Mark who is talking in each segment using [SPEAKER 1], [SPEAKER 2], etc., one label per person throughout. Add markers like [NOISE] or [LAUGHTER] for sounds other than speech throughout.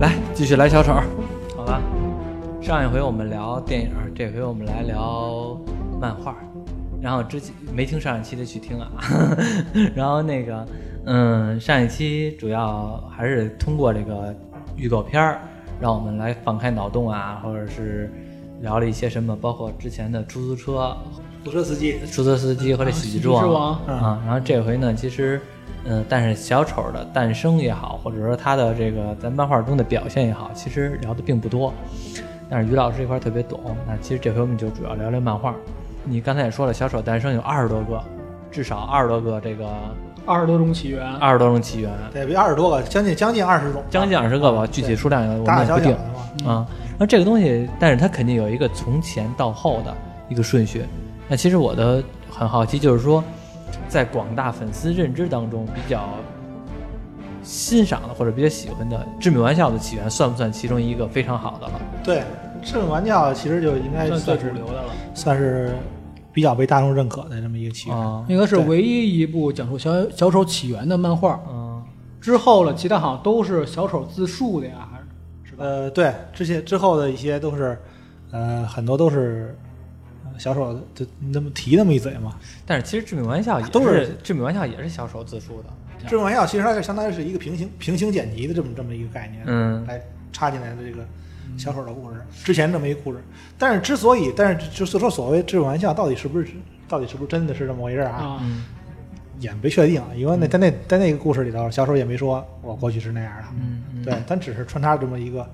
[SPEAKER 1] 来，继续来小丑。
[SPEAKER 2] 好吧，上一回我们聊电影，这回我们来聊漫画。然后之前没听上一期的去听啊， [LAUGHS] 然后那个，嗯，上一期主要还是通过这个预告片儿，让我们来放开脑洞啊，或者是聊了一些什么，包括之前的出租车、
[SPEAKER 3] 出租车司机，
[SPEAKER 2] 出租车司机和这喜剧之
[SPEAKER 4] 喜剧之
[SPEAKER 2] 王
[SPEAKER 4] 王嗯
[SPEAKER 2] 啊。然后这回呢，其实，嗯，但是小丑的诞生也好，或者说他的这个在漫画中的表现也好，其实聊的并不多。但是于老师这块儿特别懂，那其实这回我们就主要聊聊漫画。你刚才也说了，小丑诞生有二十多个，至少二十多个这个
[SPEAKER 4] 二十多种起源，
[SPEAKER 3] 啊
[SPEAKER 2] 二十多种起源，
[SPEAKER 3] 对，比二十多个，将近将近二十种吧，
[SPEAKER 2] 将近二十个吧，具体数量我
[SPEAKER 3] 大
[SPEAKER 2] 们
[SPEAKER 3] 大
[SPEAKER 2] 也
[SPEAKER 3] 小
[SPEAKER 2] 不
[SPEAKER 3] 小
[SPEAKER 2] 定
[SPEAKER 3] 的嘛。
[SPEAKER 2] 啊。然后这个东西，但是它肯定有一个从前到后的一个顺序。那其实我的很好奇，就是说，在广大粉丝认知当中，比较欣赏的或者比较喜欢的《致命玩笑》的起源，算不算其中一个非常好的了？
[SPEAKER 3] 对，这种玩笑其实就应该
[SPEAKER 4] 算最
[SPEAKER 3] 算
[SPEAKER 4] 主
[SPEAKER 3] 是
[SPEAKER 4] 流的了。
[SPEAKER 3] 算是比较被大众认可的这么一个起源。
[SPEAKER 2] 啊，
[SPEAKER 4] 那个是唯一一部讲述小小丑起源的漫画，
[SPEAKER 2] 嗯，
[SPEAKER 4] 之后了，其他好像都是小丑自述的呀，还是是吧？
[SPEAKER 3] 呃，对，之前之后的一些都是，呃，很多都是呃小丑就那么提那么一嘴嘛。
[SPEAKER 2] 但是其实《致命玩笑》也
[SPEAKER 3] 都是
[SPEAKER 2] 《致命玩笑》也是小手自述的，
[SPEAKER 3] 这种玩笑其实它就相当于是一个平行平行剪辑的这么这么一个概念，
[SPEAKER 2] 嗯
[SPEAKER 3] 来插进来的这个小丑的故事，之前这么一个故事。但是之所以，但是就是说所谓这种玩笑到底是不是到底是不是真的是这么回事儿啊？
[SPEAKER 4] 啊，
[SPEAKER 2] 嗯
[SPEAKER 3] 也没确定啊，因为那在那在那个故事里头，小丑也没说我过去是那样的，
[SPEAKER 2] 嗯嗯
[SPEAKER 3] 对，但只是穿插这么一个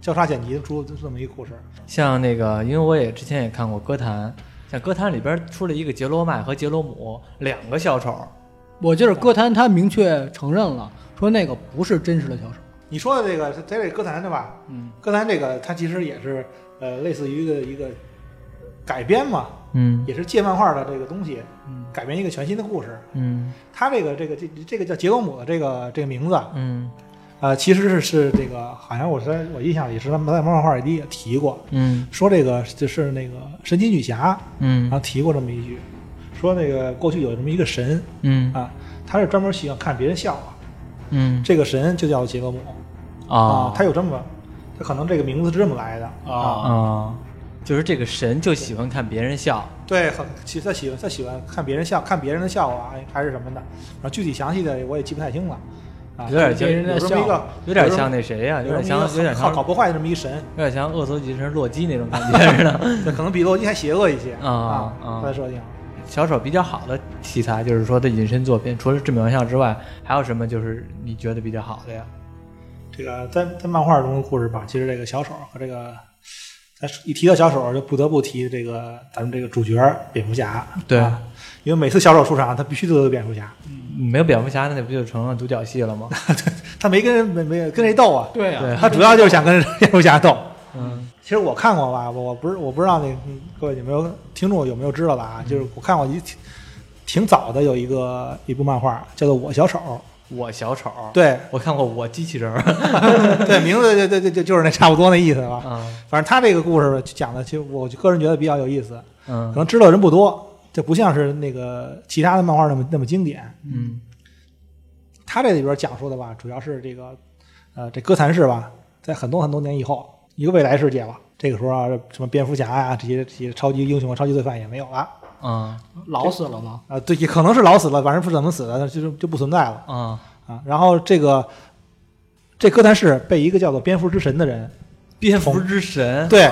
[SPEAKER 3] 交叉剪辑出这么一个故事。
[SPEAKER 2] 像那个，因为我也之前也看过歌坛，像歌坛里边出了一个杰罗麦和杰罗姆两个小丑，
[SPEAKER 4] 我记得歌坛他明确承认了，说那个不是真实的小丑，
[SPEAKER 3] 你说的这个，在这个歌坛对吧？
[SPEAKER 4] 嗯，
[SPEAKER 3] 歌坛这个它其实也是呃，类似于一个一个改编嘛，
[SPEAKER 2] 嗯
[SPEAKER 3] 也是借漫画的这个东西
[SPEAKER 4] 嗯，
[SPEAKER 3] 改编一个全新的故事。
[SPEAKER 2] 嗯
[SPEAKER 3] 它这个这个这这个叫杰罗姆的这个这个名字啊、
[SPEAKER 2] 嗯
[SPEAKER 3] 呃其实是是这个，好像我在我印象里是他们在漫画里也提过，
[SPEAKER 2] 嗯
[SPEAKER 3] 说这个就是那个神奇女侠，然
[SPEAKER 2] 嗯
[SPEAKER 3] 后提过这么一句，说那个过去有这么一个神
[SPEAKER 2] 嗯
[SPEAKER 3] 啊，他是专门喜欢看别人笑话，
[SPEAKER 2] 嗯
[SPEAKER 3] 这个神就叫杰罗姆
[SPEAKER 2] 啊
[SPEAKER 3] 他有这么，他可能这个名字是这么来的啊。
[SPEAKER 2] 啊，就是这个神就喜欢看别人笑，
[SPEAKER 3] 对，很其实他喜欢他喜欢看别人笑，看别人的笑话还是什么的，然后具体详细的我也记不太清了啊。
[SPEAKER 2] 有点像
[SPEAKER 4] 别人
[SPEAKER 3] 有
[SPEAKER 4] 的
[SPEAKER 3] 这么
[SPEAKER 4] 笑，
[SPEAKER 3] 一个，
[SPEAKER 2] 有点像那谁呀、
[SPEAKER 3] 有
[SPEAKER 2] 有点
[SPEAKER 3] 这么
[SPEAKER 2] 像
[SPEAKER 3] 一
[SPEAKER 2] 有
[SPEAKER 3] 个
[SPEAKER 2] 点
[SPEAKER 3] 好
[SPEAKER 2] 像
[SPEAKER 3] 搞不坏的这么一
[SPEAKER 2] [LAUGHS]
[SPEAKER 3] 神，
[SPEAKER 2] 有点像恶作剧神洛基那种感觉似的。
[SPEAKER 3] 对，可能比洛基还邪恶一些
[SPEAKER 2] 啊
[SPEAKER 3] 啊
[SPEAKER 2] 啊。
[SPEAKER 3] 他的设定，
[SPEAKER 2] 小丑比较好的题材，就是说的引申作品，除了《致命玩笑》之外，还有什么就是你觉得比较好的呀？
[SPEAKER 3] 这个在在漫画中的故事吧，其实这个小丑和这个，咱一提到小丑就不得不提这个咱们这个主角蝙蝠侠，
[SPEAKER 2] 对
[SPEAKER 3] 啊因为每次小丑出场，他必须得有蝙蝠侠，
[SPEAKER 2] 没有蝙蝠侠，那不就成了独角戏了吗？
[SPEAKER 3] 他没跟人没没跟谁斗啊，
[SPEAKER 4] 对呀、
[SPEAKER 2] 对
[SPEAKER 3] 他主要就是想跟蝙蝠侠斗。
[SPEAKER 2] 嗯
[SPEAKER 3] 其实我看过吧，我我不是我不知道那嗯各位有没有听众有没有知道的啊，就是我看过一挺挺早的有一个一部漫画叫做《我小丑》，，
[SPEAKER 2] 我小丑，
[SPEAKER 3] 对 [LAUGHS]
[SPEAKER 2] 我看过我机器人儿，
[SPEAKER 3] 对，名字就就就就就是那差不多那意思吧。
[SPEAKER 2] 嗯
[SPEAKER 3] 反正他这个故事讲的，其实我个人觉得比较有意思，可
[SPEAKER 2] 嗯
[SPEAKER 3] 能知道的人不多，这不像是那个其他的漫画那么那么经典。
[SPEAKER 2] 嗯
[SPEAKER 3] 他这里边讲述的吧，主要是这个，呃，这哥谭市吧，在很多很多年以后，一个未来世界吧，这个时候啊，什么蝙蝠侠啊，这些这些超级英雄、超级罪犯也没有了啊、
[SPEAKER 2] 啊
[SPEAKER 4] 老死了吗？
[SPEAKER 3] 对，也可能是老死了，反正不怎么死的，就是就不存在了
[SPEAKER 2] 啊！
[SPEAKER 3] 啊。然后这个这哥谭市被一个叫做蝙蝠之神的人，
[SPEAKER 2] 蝙蝠之神，
[SPEAKER 3] 对，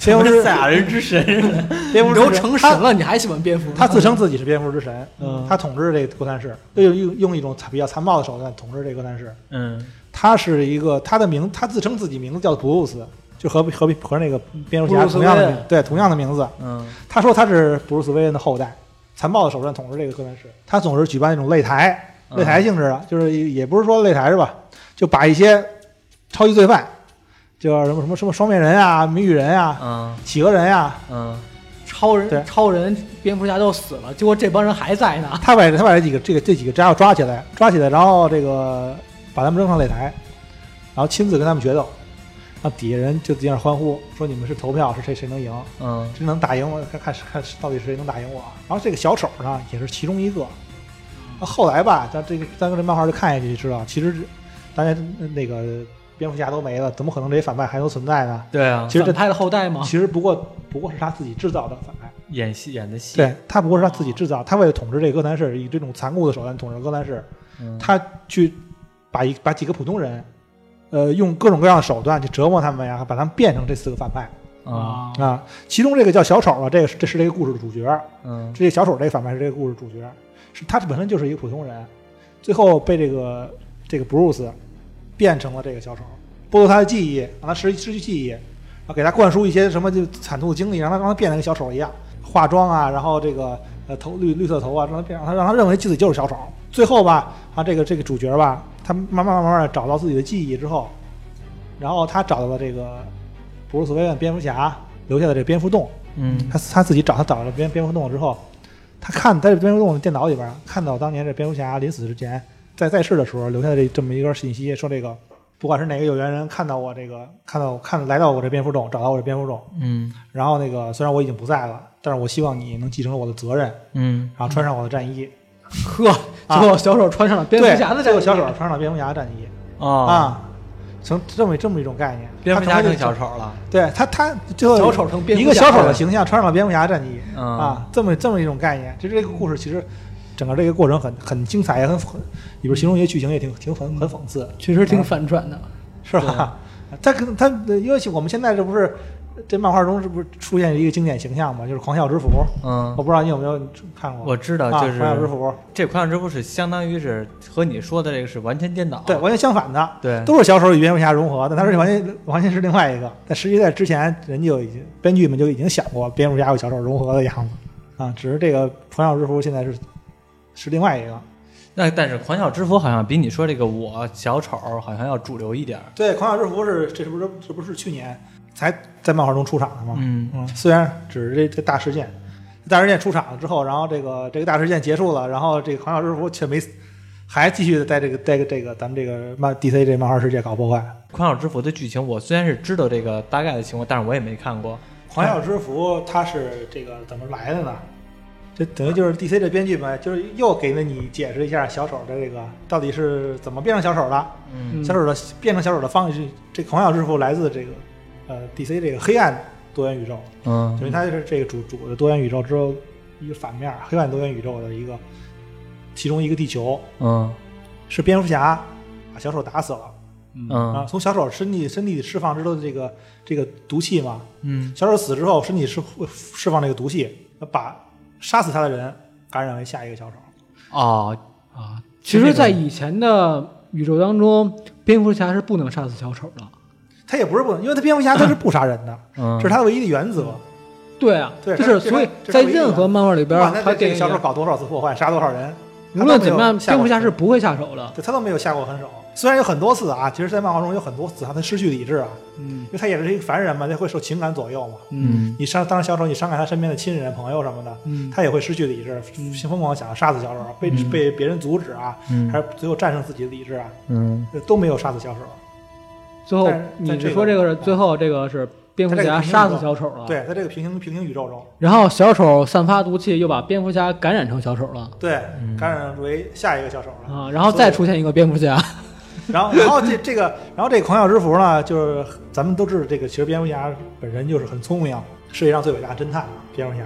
[SPEAKER 3] 蝙
[SPEAKER 2] [LAUGHS]
[SPEAKER 3] 蝠之
[SPEAKER 2] 赛亚人之神似的，
[SPEAKER 3] 蝙
[SPEAKER 4] 你
[SPEAKER 3] 蝠之
[SPEAKER 4] 都
[SPEAKER 3] 神
[SPEAKER 4] 成
[SPEAKER 3] 他
[SPEAKER 4] 神了，你还喜欢蝙蝠？
[SPEAKER 3] 他自称自己是蝙蝠之神，
[SPEAKER 2] 嗯
[SPEAKER 3] 他统治这个哥谭市，用用用一种比较残暴的手段统治这个哥谭市。
[SPEAKER 2] 嗯
[SPEAKER 3] 他是一个他的名，他自称自己名字叫普鲁斯，就和和和那个蝙蝠
[SPEAKER 4] 布
[SPEAKER 3] 侠
[SPEAKER 4] 鲁斯
[SPEAKER 3] 同样的
[SPEAKER 4] 威
[SPEAKER 3] 名对同样的名字。
[SPEAKER 2] 嗯
[SPEAKER 3] 他说他是普鲁斯威恩的后代，残暴的手段统治这个哥谭市。他总是举办那种擂台，
[SPEAKER 2] 嗯
[SPEAKER 3] 擂台性质的，就是也不是说擂台是吧？就把一些超级罪犯，就是什么什么什么双面人啊、谜语人啊、
[SPEAKER 2] 嗯
[SPEAKER 3] 企鹅人啊，
[SPEAKER 2] 嗯
[SPEAKER 4] 超
[SPEAKER 3] 对
[SPEAKER 4] 人，超人，蝙蝠侠都死了，结果这帮人还在呢。
[SPEAKER 3] 他把他把这几个这个这几个家伙抓起来，抓起来，然后这个把他们扔上擂台，然后亲自跟他们决斗，然后底下人就这样欢呼，说你们是投票，是谁谁能赢，
[SPEAKER 2] 嗯
[SPEAKER 3] 谁能打赢我，看看看到底谁能打赢我。然后这个小丑呢，也是其中一个。那后来吧，咱这个咱跟这漫画就看下去就知道，其实大家那个蝙蝠侠都没了，怎么可能这些反派还能存在呢？
[SPEAKER 2] 对啊，
[SPEAKER 3] 其实这
[SPEAKER 4] 反派的后代嘛，
[SPEAKER 3] 其实不过不过是他自己制造的反派，
[SPEAKER 2] 演戏演的戏，
[SPEAKER 3] 对他不过是他自己制造，他为了统治这个哥谭市，以这种残酷的手段统治哥谭市，
[SPEAKER 2] 嗯
[SPEAKER 3] 他去把一把几个普通人，呃，用各种各样的手段去折磨他们呀，把他们变成这四个反派
[SPEAKER 2] 啊，
[SPEAKER 4] 啊，
[SPEAKER 3] 啊。其中这个叫小丑啊，这个是这是这个故事的主角，
[SPEAKER 2] 嗯
[SPEAKER 3] 这个小丑这个反派是这个故事主角，是他本身就是一个普通人，最后被这个这个 Bruce 变成了这个小丑，剥夺他的记忆，让他失失去记忆，啊，给他灌输一些什么就惨痛的经历，让他让他变得跟小丑一样，化妆啊，然后这个呃头绿绿色头啊，让他变让他让他认为自己就是小丑。最后吧，啊这个这个主角吧，他慢慢慢慢的找到自己的记忆之后，然后他找到了这个布鲁斯威恩蝙蝠侠留下的这个蝙蝠洞，
[SPEAKER 2] 嗯
[SPEAKER 3] 他他自己找他找到了蝙蝙蝠洞之后，他看在这蝙蝠洞的电脑里边看到当年这蝙蝠侠临死之前在在世的时候留下的这这么一段信息，说这个不管是哪个有缘人看到我这个看到看来到我这蝙蝠洞，找到我这蝙蝠洞，
[SPEAKER 2] 嗯
[SPEAKER 3] 然后那个虽然我已经不在了，但是我希望你能继承我的责任，
[SPEAKER 2] 嗯，
[SPEAKER 3] 然后穿上我的战衣。
[SPEAKER 4] 呵，
[SPEAKER 3] 啊
[SPEAKER 4] 结果小丑穿上了蝙蝠侠的
[SPEAKER 3] 这
[SPEAKER 4] 这
[SPEAKER 3] 个
[SPEAKER 4] 个
[SPEAKER 3] 小丑穿上了蝙蝠侠的战衣、
[SPEAKER 2] 哦，
[SPEAKER 3] 啊，成这么这么一种概念。
[SPEAKER 2] 蝙蝠
[SPEAKER 3] 他
[SPEAKER 2] 侠
[SPEAKER 3] 可能
[SPEAKER 2] 成
[SPEAKER 3] 就
[SPEAKER 2] 小丑了，
[SPEAKER 3] 对他他最后
[SPEAKER 4] 小丑成蝙蝠
[SPEAKER 3] 一个
[SPEAKER 4] 侠
[SPEAKER 3] 小丑的
[SPEAKER 4] 了
[SPEAKER 3] 形象穿上了蝙蝠侠战衣。
[SPEAKER 2] 嗯
[SPEAKER 3] 啊，这么这么一种概念。其实这个故事其实整个这个过程很很精彩，也很很里边形容一些剧情也挺挺很很讽刺，
[SPEAKER 4] 确实挺反转的。
[SPEAKER 3] 是吧？他跟他因为我们现在这不是这漫画中是不是出现一个经典形象嘛，就是狂笑之蝠。
[SPEAKER 2] 嗯
[SPEAKER 3] 我，不知道你有没有看过？
[SPEAKER 2] 我知道，
[SPEAKER 3] 啊
[SPEAKER 2] 就是
[SPEAKER 3] 狂笑之蝠，
[SPEAKER 2] 这狂笑之蝠是相当于是和你说的这个是完全颠倒，
[SPEAKER 3] 啊对，完全相反的，
[SPEAKER 2] 对，
[SPEAKER 3] 都是小丑与蝙蝠侠融合的，但是完全完全是另外一个。但实际在之前，人就已经编剧们就已经想过蝙蝠侠与小丑融合的样子啊，只是这个狂笑之蝠现在是是另外一个。
[SPEAKER 2] 那但是狂笑之蝠好像比你说这个我小丑好像要主流一点儿，
[SPEAKER 3] 对，《狂想之蝠》是这是不是这不是去年才在漫画中出场的吗？
[SPEAKER 2] 嗯
[SPEAKER 3] 嗯，虽然只是这这大事件，大事件出场了之后，然后这个这个大事件结束了，然后这个《狂想之蝠》却没还继续地在这个在这个这个咱们这个漫 DC 这漫画世界搞破坏。
[SPEAKER 2] 狂笑之蝠的剧情我虽然是知道这个大概的情况，但是我也没看过，
[SPEAKER 3] 《狂笑之蝠》它是这个怎么来的呢？这等于就是 DC 这编剧们就是又给了你解释一下小丑的这个到底是怎么变成小丑的，
[SPEAKER 2] 嗯
[SPEAKER 3] 小丑的变成小丑的方式，这狂笑之父来自这个呃 DC 这个黑暗多元宇宙，
[SPEAKER 2] 嗯
[SPEAKER 3] 等于它就是这个主主的多元宇宙之后一个反面黑暗多元宇宙的一个其中一个地球
[SPEAKER 2] 嗯
[SPEAKER 3] 是蝙蝠侠把小丑打死了啊
[SPEAKER 2] 嗯，
[SPEAKER 3] 从小丑身体身体释放之后的这个这个毒气嘛，
[SPEAKER 2] 嗯
[SPEAKER 3] 小丑死之后身体释会释放这个毒气，把杀死他的人感染为下一个小丑，
[SPEAKER 2] 哦
[SPEAKER 4] 啊，其实，
[SPEAKER 3] 是这个
[SPEAKER 4] 在以前的宇宙当中，蝙蝠侠是不能杀死小丑的。
[SPEAKER 3] 他也不是不能，因为他蝙蝠侠他是不杀人的，
[SPEAKER 2] 嗯，
[SPEAKER 3] 这是他唯一的原则。
[SPEAKER 4] 对啊，
[SPEAKER 3] 对
[SPEAKER 4] 就是
[SPEAKER 3] 这是
[SPEAKER 4] 所以
[SPEAKER 3] 这是
[SPEAKER 4] 在
[SPEAKER 3] 唯一的
[SPEAKER 4] 任何漫画里
[SPEAKER 3] 不
[SPEAKER 4] 边
[SPEAKER 3] 管，他
[SPEAKER 4] 他
[SPEAKER 3] 这
[SPEAKER 4] 电
[SPEAKER 3] 个
[SPEAKER 4] 影
[SPEAKER 3] 小丑
[SPEAKER 4] 里
[SPEAKER 3] 搞多少次破坏，杀多少人，
[SPEAKER 4] 无论怎么样，
[SPEAKER 3] 他
[SPEAKER 4] 蝙蝠
[SPEAKER 3] 都没有
[SPEAKER 4] 侠
[SPEAKER 3] 下过
[SPEAKER 4] 是不会下手的。
[SPEAKER 3] 对他都没有下过狠手。虽然有很多次啊，其实，在漫画中有很多次啊，他失去理智啊，
[SPEAKER 4] 嗯
[SPEAKER 3] 因为他也是一个凡人嘛，他会受情感左右嘛。
[SPEAKER 4] 嗯
[SPEAKER 2] 嗯
[SPEAKER 3] 你伤当小丑，你伤害他身边的亲人、朋友什么的，
[SPEAKER 4] 嗯，
[SPEAKER 3] 他也会失去理智，
[SPEAKER 4] 嗯
[SPEAKER 3] 疯狂地想要杀死小丑，被、
[SPEAKER 2] 嗯
[SPEAKER 3] 被别人阻止啊，还
[SPEAKER 2] 嗯
[SPEAKER 3] 是最后战胜自己的理智啊，
[SPEAKER 2] 嗯
[SPEAKER 3] 都没有杀死小丑。
[SPEAKER 4] 最后
[SPEAKER 3] 但是
[SPEAKER 4] 你
[SPEAKER 3] 但这
[SPEAKER 4] 是
[SPEAKER 3] 个嗯
[SPEAKER 4] 说这个是最后这个是蝙蝠侠杀死小丑了，，
[SPEAKER 3] 对，在这个平行平行宇宙中，
[SPEAKER 4] 然后小丑散发毒气，又把蝙蝠侠感染成小丑了
[SPEAKER 3] 对
[SPEAKER 2] 嗯，
[SPEAKER 3] 感染为下一个小丑了。
[SPEAKER 4] 啊，然后再出现一个蝙蝠侠， [LAUGHS]
[SPEAKER 3] 然后，然后这这个，然后这个狂笑之蝠呢，就是咱们都知道，这个其实蝙蝠侠本身就是很聪明，世界上最伟大的侦探，蝙蝠侠，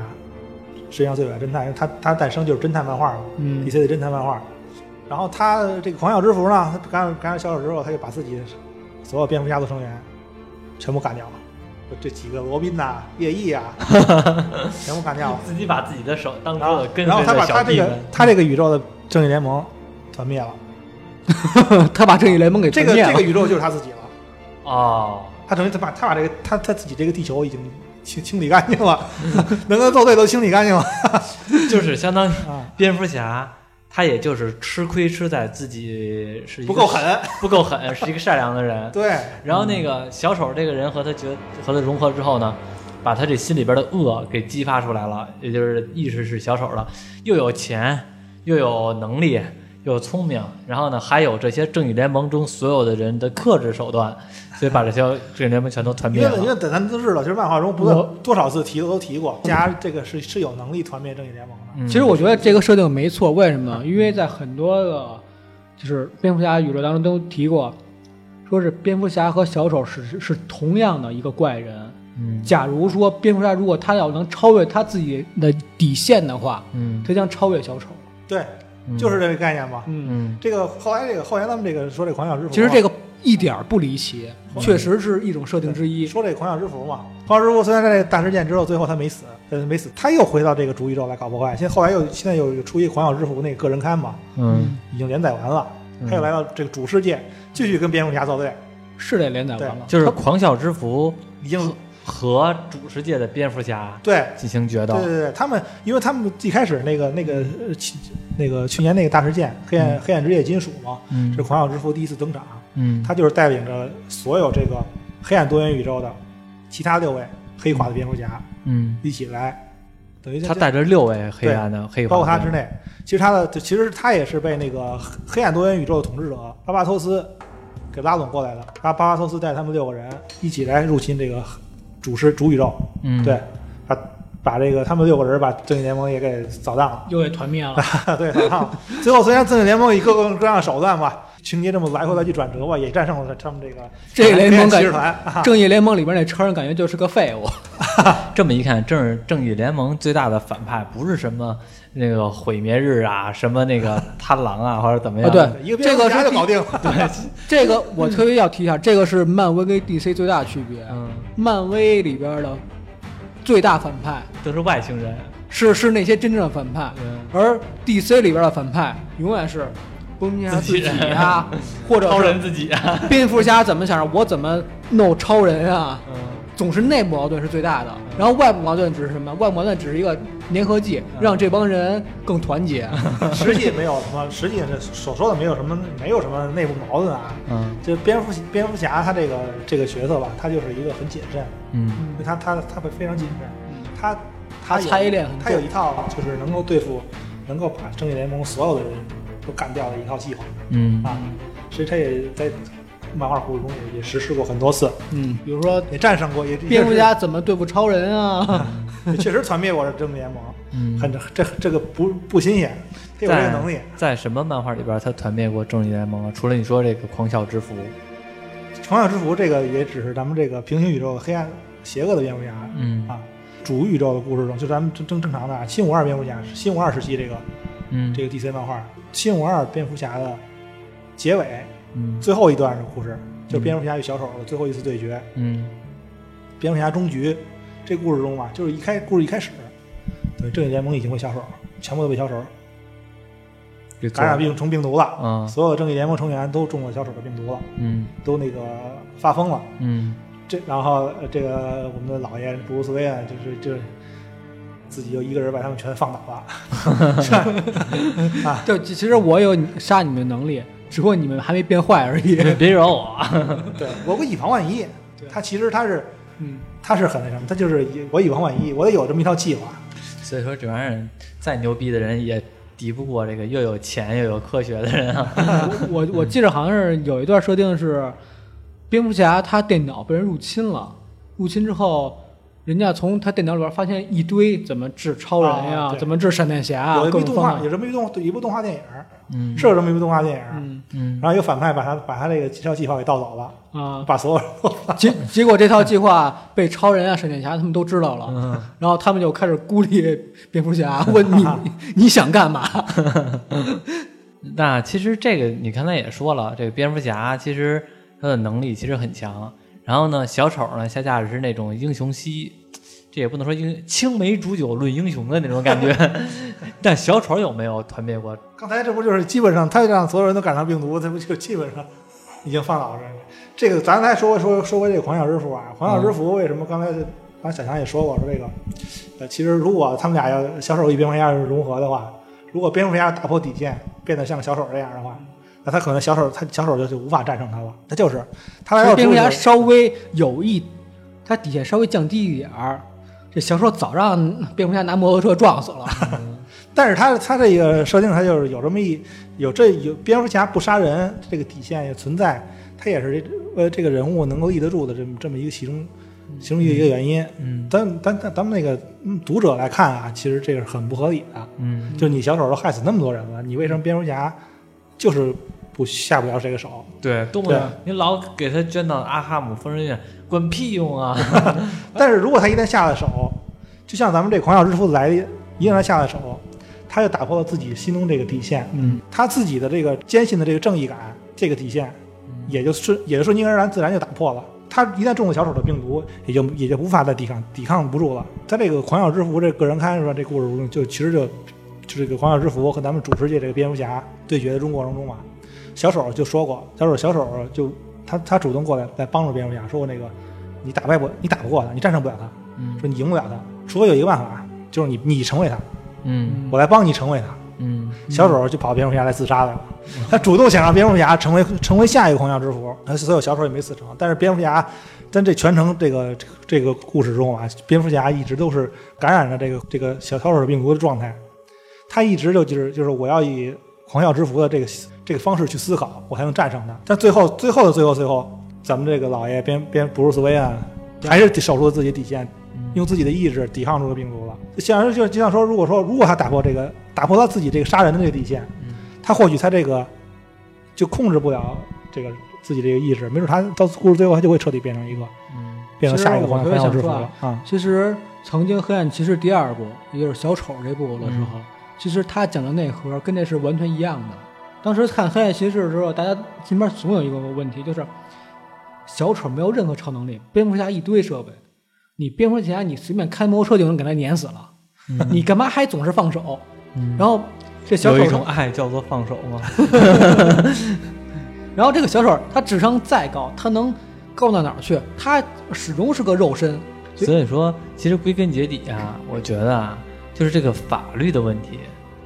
[SPEAKER 3] 世界上最伟大的侦探，因为他他诞生就是侦探漫画嘛
[SPEAKER 4] 嗯
[SPEAKER 3] ，DC 的侦探漫画。然后他这个狂笑之蝠呢，他感染感染小丑之后，他就把自己所有蝙蝠侠的成员全部干掉了，这几个罗宾呐、夜翼啊， [LAUGHS] 全部干掉了。
[SPEAKER 2] 自己把自己的手当
[SPEAKER 3] 然后
[SPEAKER 2] 做跟
[SPEAKER 3] 然后
[SPEAKER 2] 随
[SPEAKER 3] 他
[SPEAKER 2] 的
[SPEAKER 3] 把他
[SPEAKER 2] 小
[SPEAKER 3] 这
[SPEAKER 2] 弟
[SPEAKER 3] 个
[SPEAKER 2] 们，
[SPEAKER 3] 他这个宇宙的正义联盟团灭了，
[SPEAKER 4] 他把正义联盟给
[SPEAKER 3] 这
[SPEAKER 4] 全
[SPEAKER 3] 个
[SPEAKER 4] 灭
[SPEAKER 3] 这个
[SPEAKER 4] 了。
[SPEAKER 3] 宇宙就是他自己了。
[SPEAKER 2] 哦，
[SPEAKER 3] 他等于他把他把这个他他自己这个地球已经清清理干净了， [LAUGHS] 能跟作对都清理干净了
[SPEAKER 2] 就是相当于
[SPEAKER 3] 啊，
[SPEAKER 2] 蝙蝠侠。他也就是吃亏吃在自己是一个
[SPEAKER 3] 不够，狠。
[SPEAKER 2] 不够狠，是一个善良的人。
[SPEAKER 3] 对，
[SPEAKER 2] 然后那个小丑这个人和他觉得和他融合之后呢，把他这心里边的恶给激发出来了，也就是意识是小丑了，又有钱，又有能力，又有聪明，然后呢还有这些正义联盟中所有的人的克制手段，所以把这些正义联盟全都团
[SPEAKER 3] 因
[SPEAKER 2] 灭
[SPEAKER 3] 为因
[SPEAKER 2] 了。
[SPEAKER 3] 为咱咱都知道，其实漫画中不断
[SPEAKER 4] 我
[SPEAKER 3] 多少次提都提过，加这个是是有能力团灭正义联盟的。
[SPEAKER 2] 嗯
[SPEAKER 4] 其实我觉得这个设定没错，为什么？因为在很多个就是蝙蝠侠宇宙当中都提过，说是蝙蝠侠和小丑是是同样的一个怪人。
[SPEAKER 2] 嗯
[SPEAKER 4] 假如说蝙蝠侠如果他要能超越他自己的底线的话，
[SPEAKER 2] 嗯
[SPEAKER 4] 他将超越小丑。
[SPEAKER 3] 对，就是这个概念嘛。
[SPEAKER 4] 嗯，
[SPEAKER 2] 嗯
[SPEAKER 3] 这个后来这个后来咱们这个说这狂想之符，
[SPEAKER 4] 其实这个一点儿不离奇，
[SPEAKER 2] 嗯
[SPEAKER 4] 确实是一种设定之一。
[SPEAKER 3] 说这狂想之符嘛，狂想之符虽然在这大事件之后，最后他没死，呃，没死，他又回到这个主宇宙来搞破坏。现在后来又现在又出一狂想之符那个个人刊嘛，
[SPEAKER 2] 嗯
[SPEAKER 3] 已经连载完了，
[SPEAKER 2] 嗯
[SPEAKER 3] 他又来到这个主世界，继续跟蝙蝠侠作对，
[SPEAKER 4] 是得连载完了，
[SPEAKER 2] 就是狂笑之福
[SPEAKER 3] 已经
[SPEAKER 2] 和主世界的蝙蝠侠
[SPEAKER 3] 对。
[SPEAKER 2] 进行决斗
[SPEAKER 3] 对。对对，他们因为他们一开始那个那个呃去那个去年那个大事件，黑暗、黑暗之夜金属嘛，
[SPEAKER 2] 嗯
[SPEAKER 3] 是狂想之符第一次登场，
[SPEAKER 2] 嗯，
[SPEAKER 3] 他就是带领着所有这个黑暗多元宇宙的其他六位黑化的蝙蝠侠
[SPEAKER 2] 嗯，
[SPEAKER 3] 一起来，等于
[SPEAKER 2] 他带着六位黑暗的黑化，
[SPEAKER 3] 包括他之内，其实他的其实他也是被那个黑黑暗多元宇宙的统治者巴巴托斯给拉拢过来的，巴巴巴托斯带他们六个人一起来入侵这个主世主宇宙，
[SPEAKER 2] 嗯
[SPEAKER 3] 对，把把这个他们六个人把正义联盟也给扫荡了。
[SPEAKER 4] 又给团
[SPEAKER 2] [LAUGHS]
[SPEAKER 4] 灭了。
[SPEAKER 3] [LAUGHS] 对，反抗。最后虽然正义联盟以各种各样的手段吧，情节这么来回来去转折吧，也战胜了他们这个
[SPEAKER 4] [LAUGHS] 这个联盟
[SPEAKER 3] 骑
[SPEAKER 4] 感
[SPEAKER 3] 士团啊。
[SPEAKER 4] 正义联盟里边那超人感觉就是个废物，
[SPEAKER 2] 这么一看，正是正义联盟最大的反派不是什么那个毁灭日啊，什么那
[SPEAKER 3] [LAUGHS]
[SPEAKER 2] 个贪狼啊，或者怎么样？
[SPEAKER 4] 啊对
[SPEAKER 3] 一个蝙蝠侠就搞定了。
[SPEAKER 4] 这个我特别要提一下，这个是漫威跟 DC 最大的区别。
[SPEAKER 2] 嗯，
[SPEAKER 4] 漫威里边的最大反派
[SPEAKER 2] 都是外星人。
[SPEAKER 4] 是是那些真正的反派，
[SPEAKER 2] 嗯
[SPEAKER 4] 而 DC 里边的反派永远是蝙蝠侠自己
[SPEAKER 2] [LAUGHS]
[SPEAKER 4] 啊，或者
[SPEAKER 2] 超人
[SPEAKER 4] 是
[SPEAKER 2] 自己
[SPEAKER 3] [LAUGHS]
[SPEAKER 2] 啊，
[SPEAKER 4] 蝙蝠侠怎么想，我怎么弄超人啊，总是内部矛盾是最大的，然后外部矛盾只是什么？外部矛盾只是一个粘合剂，
[SPEAKER 2] 嗯
[SPEAKER 4] 让这帮人更团
[SPEAKER 2] [LAUGHS]
[SPEAKER 4] 结。
[SPEAKER 3] [LAUGHS] 实际没有什么，实际是所说的没有什么，没有什么内部矛盾啊。
[SPEAKER 2] 嗯
[SPEAKER 3] 就蝙蝠蝙蝠侠他这个这个角色吧，他就是一个很谨慎，
[SPEAKER 2] 嗯
[SPEAKER 3] 因为他他他会非常谨慎，他
[SPEAKER 4] 他
[SPEAKER 3] 有
[SPEAKER 4] 猜疑力很重
[SPEAKER 3] 他有一套就是能够对付，能够把正义联盟所有的人都干掉的一套计划。
[SPEAKER 2] 嗯
[SPEAKER 3] 啊，所以他也在漫画故事中也也实施过很多次，
[SPEAKER 4] 嗯，
[SPEAKER 3] 比如说也战胜过，也
[SPEAKER 4] 蝙蝠侠怎么对付超人啊？
[SPEAKER 2] [LAUGHS]
[SPEAKER 3] 也确实团灭过这正义联盟，
[SPEAKER 2] 嗯，
[SPEAKER 3] 很这这个不不新鲜，他有这个能力啊
[SPEAKER 2] 在。在什么漫画里边他团灭过正义联盟啊？除了你说这个狂笑之蝠，
[SPEAKER 3] 狂想之符这个也只是咱们这个平行宇宙黑暗邪恶的蝙蝠侠
[SPEAKER 2] 嗯
[SPEAKER 3] 啊，主宇宙的故事中，就咱们正正正常的啊新五二蝙蝠侠，新五二时期这个
[SPEAKER 2] 嗯
[SPEAKER 3] 这个 DC 漫画，新五二蝙蝠侠的结尾
[SPEAKER 2] 嗯
[SPEAKER 3] 最后一段的故事，就是蝙蝠侠与小丑的最后一次对决。
[SPEAKER 2] 嗯
[SPEAKER 3] 蝙蝠侠终局这故事中嘛，就是一开故事一开始，对正义联盟已经被小丑全部都被小丑
[SPEAKER 2] 给
[SPEAKER 3] 感染病成病毒了，
[SPEAKER 2] 啊
[SPEAKER 3] 所有的正义联盟成员都中了小丑的病毒了，
[SPEAKER 2] 嗯
[SPEAKER 3] 都那个发疯了。
[SPEAKER 2] 嗯
[SPEAKER 3] [LAUGHS] 这然后呃这个我们的老爷布鲁斯威恩就是就是自己就一个人把他们全放倒了，是吧
[SPEAKER 4] 就其实我有杀你们的能力，只不过你们还没变坏而已。
[SPEAKER 2] 别别惹我，
[SPEAKER 3] [LAUGHS]
[SPEAKER 2] 啊
[SPEAKER 3] 对我我以防万一，他其实他是
[SPEAKER 4] 嗯，
[SPEAKER 3] 他是很那什么，他就是以我以防万一，我得有这么一套计划。
[SPEAKER 2] [LAUGHS] 所以说这玩意儿再牛逼的人也敌不过这个又有钱又有科学的人啊，
[SPEAKER 4] [LAUGHS]
[SPEAKER 2] [LAUGHS]
[SPEAKER 4] 我我我记着好像是有一段设定是，蝙蝠侠他电脑被人入侵了，入侵之后，人家从他电脑里边发现一堆怎么治超人呀、
[SPEAKER 3] 啊对
[SPEAKER 4] 怎么治闪电侠啊、
[SPEAKER 3] 有一
[SPEAKER 4] 各
[SPEAKER 3] 部
[SPEAKER 4] 种
[SPEAKER 3] 动
[SPEAKER 4] 方
[SPEAKER 3] 画，
[SPEAKER 4] 案
[SPEAKER 3] 有。这么一动一部动画电影儿，
[SPEAKER 2] 嗯
[SPEAKER 3] 是有这么一部动画电影儿，
[SPEAKER 4] 嗯
[SPEAKER 2] 嗯
[SPEAKER 3] 然后一个反派把他把他这个这套计划给盗走了，
[SPEAKER 4] 啊，
[SPEAKER 3] 把所有人都
[SPEAKER 4] 结结果这套计划被超人啊、闪电侠他们都知道了，
[SPEAKER 2] 嗯
[SPEAKER 4] 然后他们就开始孤立蝙蝠侠，
[SPEAKER 3] [LAUGHS]
[SPEAKER 4] 问你你想干嘛？
[SPEAKER 2] 那其实这个你刚才也说了，这个蝙蝠侠其实他的能力其实很强。然后呢，小丑呢下架的是那种英雄惜，这也不能说英青梅煮酒论英雄的那种感 [LAUGHS] 觉。但小丑有没有团灭过？
[SPEAKER 3] 刚才这不就是基本上他让所有人都赶上病毒，这不就基本上已经放倒这儿了？这个咱才说说说回这个狂想之符啊，狂想之符为什么刚才刚才小强也说过说这个，呃，其实如果他们俩要小丑与蝙蝠侠融合的话，如果蝙蝠侠打破底线变得像小丑这样的话，那他可能小丑他小丑就就无法战胜他了，他就是他要
[SPEAKER 4] 蝙蝠侠
[SPEAKER 3] 是
[SPEAKER 4] 稍微有一，他底线稍微降低一点儿，这小丑早让蝙蝠侠拿摩托车撞死了。
[SPEAKER 3] 但是他他这个设定，他就是有这么一有这有蝙蝠侠不杀人这个底线也存在，他也是这呃这个人物能够立得住的这么这么一个其中其中一个原因。
[SPEAKER 2] 嗯
[SPEAKER 3] 咱咱咱咱们那个嗯读者来看啊，其实这个是很不合理的。
[SPEAKER 2] 嗯
[SPEAKER 3] 就你小丑都害死那么多人了，你为什么蝙蝠侠就是不下不了谁的手。
[SPEAKER 2] 对，动不了你老给他捐到阿哈姆疯人院，管屁用啊！
[SPEAKER 3] 但是如果他一旦下了手，就像咱们这狂笑之父的来历，一旦他下了手，他就打破了自己心中这个底线，
[SPEAKER 2] 嗯，
[SPEAKER 3] 他自己的这个坚信的这个正义感，这个底线也就顺也就瞬间而然自然就打破了。他一旦中了小丑的病毒，也就也就无法再抵抗抵抗不住了。他这个狂笑之蝠这个人刊是吧？这故事就其实就就这个狂笑之蝠和咱们主世界这个蝙蝠侠对决的中国当中嘛，小丑就说过，小丑小丑就他他主动过来来帮助蝙蝠侠，说过那个你打败不你打不过他，你战胜不了他，
[SPEAKER 2] 嗯
[SPEAKER 3] 说你赢不了他，除非有一个办法，就是你你成为他，
[SPEAKER 2] 嗯
[SPEAKER 3] 我来帮你成为他。
[SPEAKER 2] 嗯
[SPEAKER 3] 小丑就跑蝙蝠侠来自杀来了，他主动想让蝙蝠侠成为成为下一个狂笑之蝠，而所有小丑也没死成。但是蝙蝠侠，但这全程这个这个这个故事中啊，蝙蝠侠一直都是感染着这个这个小小丑病毒的状态，他一直就就是就是我要以狂笑之蝠的这个这个方式去思考，我才能战胜他。但最后最后的最后最后，咱们这个老爷蝙蝙布鲁斯韦恩啊还是守住了自己底线，用自己的意志抵抗住了病毒了。像就就像说，如果说如果他打破这个打破他自己这个杀人的这个底线，他或许他这个就控制不了这个自己这个意志，没准他到故事最后他就会彻底变成一个
[SPEAKER 2] 嗯
[SPEAKER 3] 变成下一
[SPEAKER 4] 其
[SPEAKER 3] 个
[SPEAKER 4] 实我
[SPEAKER 3] 黄
[SPEAKER 4] 特别
[SPEAKER 3] 黄小之
[SPEAKER 4] 想
[SPEAKER 3] 蝠
[SPEAKER 4] 说
[SPEAKER 3] 了
[SPEAKER 4] 啊
[SPEAKER 3] 啊。
[SPEAKER 4] 其实曾经《黑暗骑士》第二部，也就是小丑这部的时候，其实他讲的内核跟这是完全一样的。当时看《黑暗骑士》的时候，大家心边总有一个问题，就是小丑没有任何超能力，蝙蝠侠一堆设备，你蝙蝠侠你随便开摩托车就能给他碾死了，你干嘛还总是放手？
[SPEAKER 2] 嗯，
[SPEAKER 4] 然后这小
[SPEAKER 2] 有一
[SPEAKER 4] 丑
[SPEAKER 2] 种，爱叫做放手吗？
[SPEAKER 4] 然后这个小丑他智商再高，他能高到哪儿去？他始终是个肉身。
[SPEAKER 2] 所以说，其实归根结底啊，我觉得啊，就是这个法律的问题，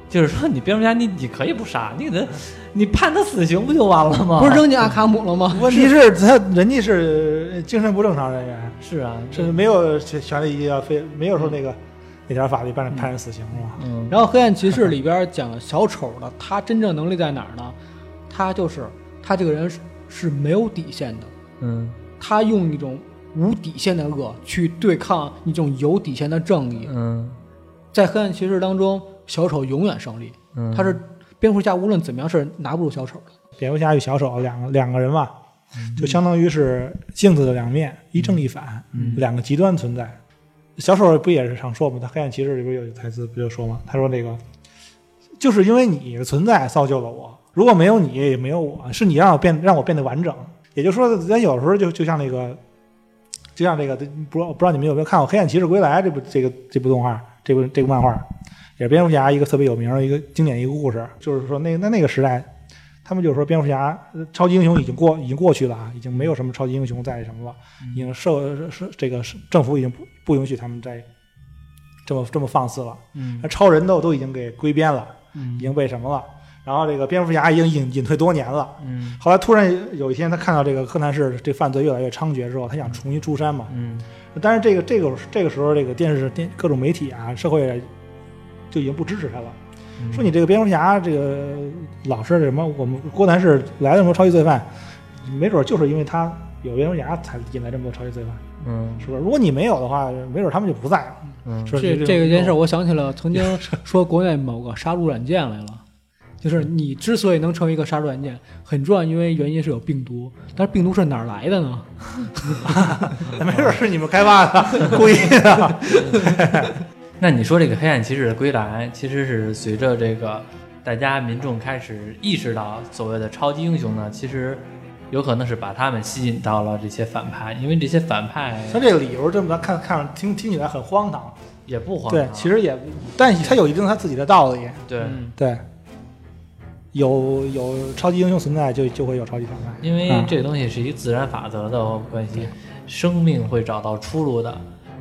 [SPEAKER 2] 就是说你蝙蝠侠你你可以不杀，你给他，你判他死刑不就完了吗？
[SPEAKER 4] 不是扔进阿卡姆了吗？
[SPEAKER 3] 问题是，他人家是精神不正常人员，
[SPEAKER 2] 是啊，
[SPEAKER 3] 是没有权利要非没有说那个那条法律判判人死刑是吧？
[SPEAKER 2] 嗯，
[SPEAKER 4] 然后《黑暗骑士》里边讲小丑的，他真正能力在哪儿呢？他就是他这个人是是没有底线的，
[SPEAKER 2] 嗯
[SPEAKER 4] 他用一种无底线的恶去对抗一种有底线的正义。
[SPEAKER 2] 嗯
[SPEAKER 4] 在《黑暗骑士》当中，小丑永远胜利，
[SPEAKER 2] 嗯，
[SPEAKER 4] 他是蝙蝠侠无论怎么样是拿不住小丑的。
[SPEAKER 3] 蝙蝠侠与小丑两个两个人嘛，就相当于是镜子的两面，一正一反，两个极端存在。小丑不也是常说吗？他黑暗骑士里边有一句台词不就说吗？他说那个，就是因为你的存在造就了我，如果没有你也没有我，是你让我变让我变得完整。也就是说，咱有时候就就像那个，就像这个，不知道不知道你们有没有看过《黑暗骑士归来》这部这个这部动画，这部这部漫画，也是蝙蝠侠一个特别有名的一个经典一个故事，就是说那那那个时代，他们就说蝙蝠侠呃超级英雄已经过已经过去了啊，已经没有什么超级英雄在什么了，已经社社这个是政府已经不不允许他们再这么这么放肆了，
[SPEAKER 2] 嗯
[SPEAKER 3] 那超人都都已经给归边了，已
[SPEAKER 2] 嗯
[SPEAKER 3] 经被什么了，然后这个蝙蝠侠已经隐隐退多年了。
[SPEAKER 2] 嗯
[SPEAKER 3] 后来突然有一天，他看到这个柯南市这犯罪越来越猖獗之后，他想重新出山嘛，
[SPEAKER 2] 嗯
[SPEAKER 3] 但是这个这个这个时候，这个电视电各种媒体啊，社会就已经不支持他了，
[SPEAKER 2] 嗯
[SPEAKER 3] 说你这个蝙蝠侠这个老是什么，我们郭南是来了什么超级罪犯，没准就是因为他有蝙蝠侠才引来这么多超级罪犯，
[SPEAKER 2] 嗯
[SPEAKER 3] 是不是？如果你没有的话，没准他们就不在了。
[SPEAKER 2] 嗯
[SPEAKER 3] 是不
[SPEAKER 4] 这
[SPEAKER 3] 是
[SPEAKER 4] 这个件事儿，我想起了曾经 [LAUGHS] 说国内某个杀戮软件来了，就是你之所以能成为一个杀戮软件，很重要，因为原因是有病毒，但是病毒是哪儿来的呢？
[SPEAKER 3] [LAUGHS] 没准是你们开发的，故意的。 [LAUGHS]
[SPEAKER 2] 那你说这个黑暗骑士的归来，其实是随着这个大家民众开始意识到所谓的超级英雄呢，其实有可能是把他们吸引到了这些反派，因为这些反派
[SPEAKER 3] 他这个理由这么看看着听听起来很荒唐，
[SPEAKER 2] 也不啊荒
[SPEAKER 3] 对
[SPEAKER 2] 唐，，
[SPEAKER 3] 其实也，但他有一定他自己的道理，
[SPEAKER 2] 对，
[SPEAKER 4] 嗯
[SPEAKER 3] 对。有有超级英雄存在就，就会有超级反派。
[SPEAKER 2] 因为
[SPEAKER 3] 嗯
[SPEAKER 2] 这个东西是一自然法则的关系，生命会找到出路的。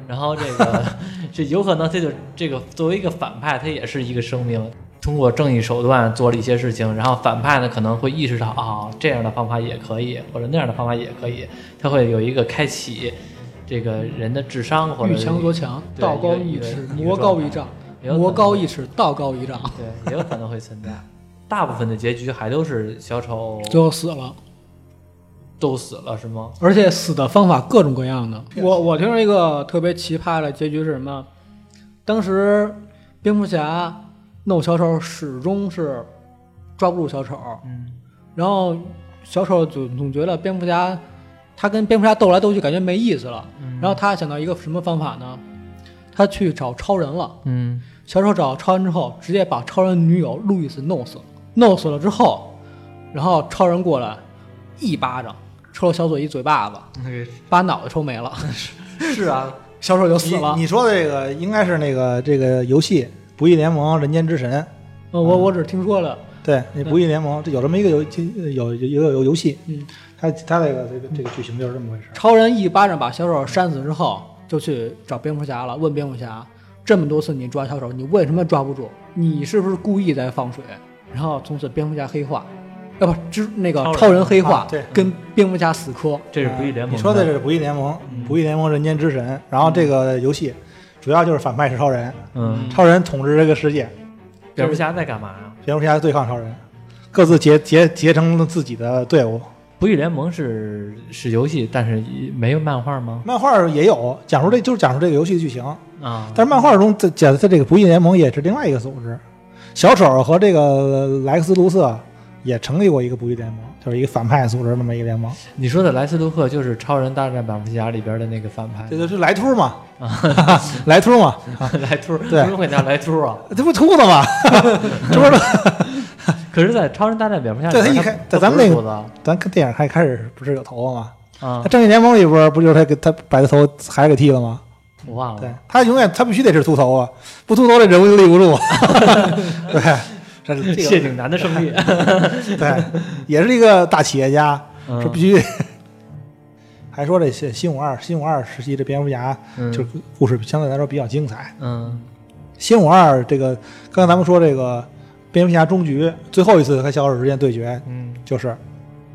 [SPEAKER 2] 然后这个这有可能他就这个作为一个反派，他也是一个生命，通过正义手段做了一些事情，然后反派呢可能会意识到啊、这样的方法也可以，或者那样的方法也可以，他会有一个开启这个人的智商或者
[SPEAKER 4] 遇强则强，
[SPEAKER 2] 对
[SPEAKER 4] 道高
[SPEAKER 2] 一
[SPEAKER 4] 一
[SPEAKER 2] 个
[SPEAKER 4] 尺
[SPEAKER 2] 一个，
[SPEAKER 4] 魔高一丈；
[SPEAKER 2] 也有可能
[SPEAKER 4] 魔高一尺，道高一丈。
[SPEAKER 2] 对也有可能会存在。大部分的结局还都是小丑
[SPEAKER 4] 最后死了，
[SPEAKER 2] 都死了是吗？
[SPEAKER 4] 而且死的方法各种各样的。我我听说一个特别奇葩的结局是什么？当时蝙蝠侠弄小丑始终是抓不住小丑，
[SPEAKER 2] 嗯
[SPEAKER 4] 然后小丑总总觉得蝙蝠侠，他跟蝙蝠侠斗来斗去感觉没意思了，
[SPEAKER 2] 嗯
[SPEAKER 4] 然后他想到一个什么方法呢？他去找超人了。
[SPEAKER 2] 嗯
[SPEAKER 4] 小丑找超人之后，直接把超人女友路易斯弄死了。弄死了之后，然后超人过来一巴掌抽了小左一嘴巴子，把脑袋抽没了，
[SPEAKER 2] 是啊，
[SPEAKER 4] 小丑就死
[SPEAKER 3] 你
[SPEAKER 4] 了。
[SPEAKER 3] 你说的这个应该是那个这个游戏《不义联盟：人间之神》，
[SPEAKER 4] 呃我我只听说了，
[SPEAKER 3] 对，那《不义联盟》这有这么一个游有有有有游戏，
[SPEAKER 4] 嗯，
[SPEAKER 3] 它它这个这个这个剧情就是这么回事儿。
[SPEAKER 4] 超人一巴掌把小丑扇死之后，就去找蝙蝠侠了，问蝙蝠侠：这么多次你抓小丑，你为什么抓不住？你是不是故意在放水？然后从此蝙蝠侠黑化，要不之那个
[SPEAKER 2] 超人
[SPEAKER 4] 超人黑化，
[SPEAKER 3] 啊对
[SPEAKER 4] 跟蝙蝠侠死磕。
[SPEAKER 2] 这是不义联盟。嗯
[SPEAKER 3] 嗯你说的这是《不义联盟》，《不义联盟：人间之神》，然后这个游戏主要就是反派是超人，
[SPEAKER 2] 嗯，
[SPEAKER 3] 超人统治这个世界，
[SPEAKER 2] 蝙蝠侠在干嘛呀？
[SPEAKER 3] 蝙蝠侠对抗超人，各自结结结成了自己的队伍。
[SPEAKER 2] 不义联盟是是游戏，但是没有漫画吗？
[SPEAKER 3] 漫画也有讲述这就是讲述这个游戏的剧情，
[SPEAKER 2] 啊，
[SPEAKER 3] 但是漫画中这讲的这个不义联盟也是另外一个组织，小丑和这个莱克斯·卢瑟也成立过一个不义联盟，就是一个反派组织那么一个联盟，
[SPEAKER 2] 你说的莱斯卢克就是《超人大战蝙蝠侠》里边的那个反派啊
[SPEAKER 3] 这，就是莱秃嘛， [LAUGHS] 莱秃嘛，
[SPEAKER 2] 莱秃，
[SPEAKER 3] 对
[SPEAKER 2] 为什么会叫莱秃啊？
[SPEAKER 3] 这不秃子嘛，这不是
[SPEAKER 2] [LAUGHS] 可是，在《超人大战蝙蝠侠》
[SPEAKER 3] 对
[SPEAKER 2] 里边
[SPEAKER 3] 他一开
[SPEAKER 2] 他
[SPEAKER 3] 在咱们那个
[SPEAKER 2] 个
[SPEAKER 3] 咱看电影开开始不是有头发吗？
[SPEAKER 2] 啊
[SPEAKER 3] 他，正义联盟里边不就是他给他把他头还给剃了吗？
[SPEAKER 2] 我忘了
[SPEAKER 3] 对。他永远他必须得是秃头啊，不秃头这人物就立不住。啊 [LAUGHS] 对，这是这
[SPEAKER 2] 谢顶男的胜
[SPEAKER 3] [LAUGHS]
[SPEAKER 2] 利， [LAUGHS]
[SPEAKER 3] 个对，也是一个大企业家，
[SPEAKER 2] 嗯
[SPEAKER 3] 这必须。还说这新新五二新五二时期这蝙蝠侠
[SPEAKER 2] 嗯
[SPEAKER 3] 就是故事相对来说比较精彩。
[SPEAKER 2] 嗯
[SPEAKER 3] 新五二这个刚才咱们说这个蝙蝠侠终局最后一次和小丑之间对决，
[SPEAKER 2] 嗯
[SPEAKER 3] 就是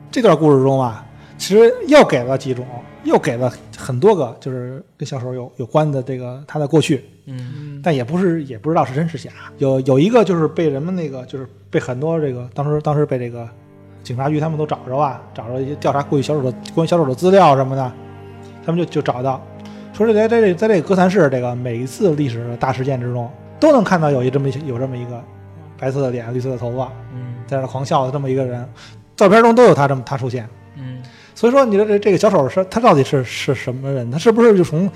[SPEAKER 3] 这段故事中啊，其实又给了几种，又给了很多个，就是跟小丑有有关的这个他的过去，
[SPEAKER 2] 嗯
[SPEAKER 3] 但也不是也不知道是真是假。有有一个就是被人们那个就是被很多这个当时当时被这个警察局他们都找着啊，找着一些调查过去小丑的关于小丑的资料什么的，他们就就找到，说是在在这在这个哥谭市这个每一次历史的大事件之中，都能看到有一这么一有这么一个白色的脸、绿色的头发，
[SPEAKER 2] 嗯
[SPEAKER 3] 在那狂笑的这么一个人，照片中都有他这么他出现。
[SPEAKER 2] 嗯
[SPEAKER 3] 所以说，你的这这个小丑是他到底是是什么人？他是不是就从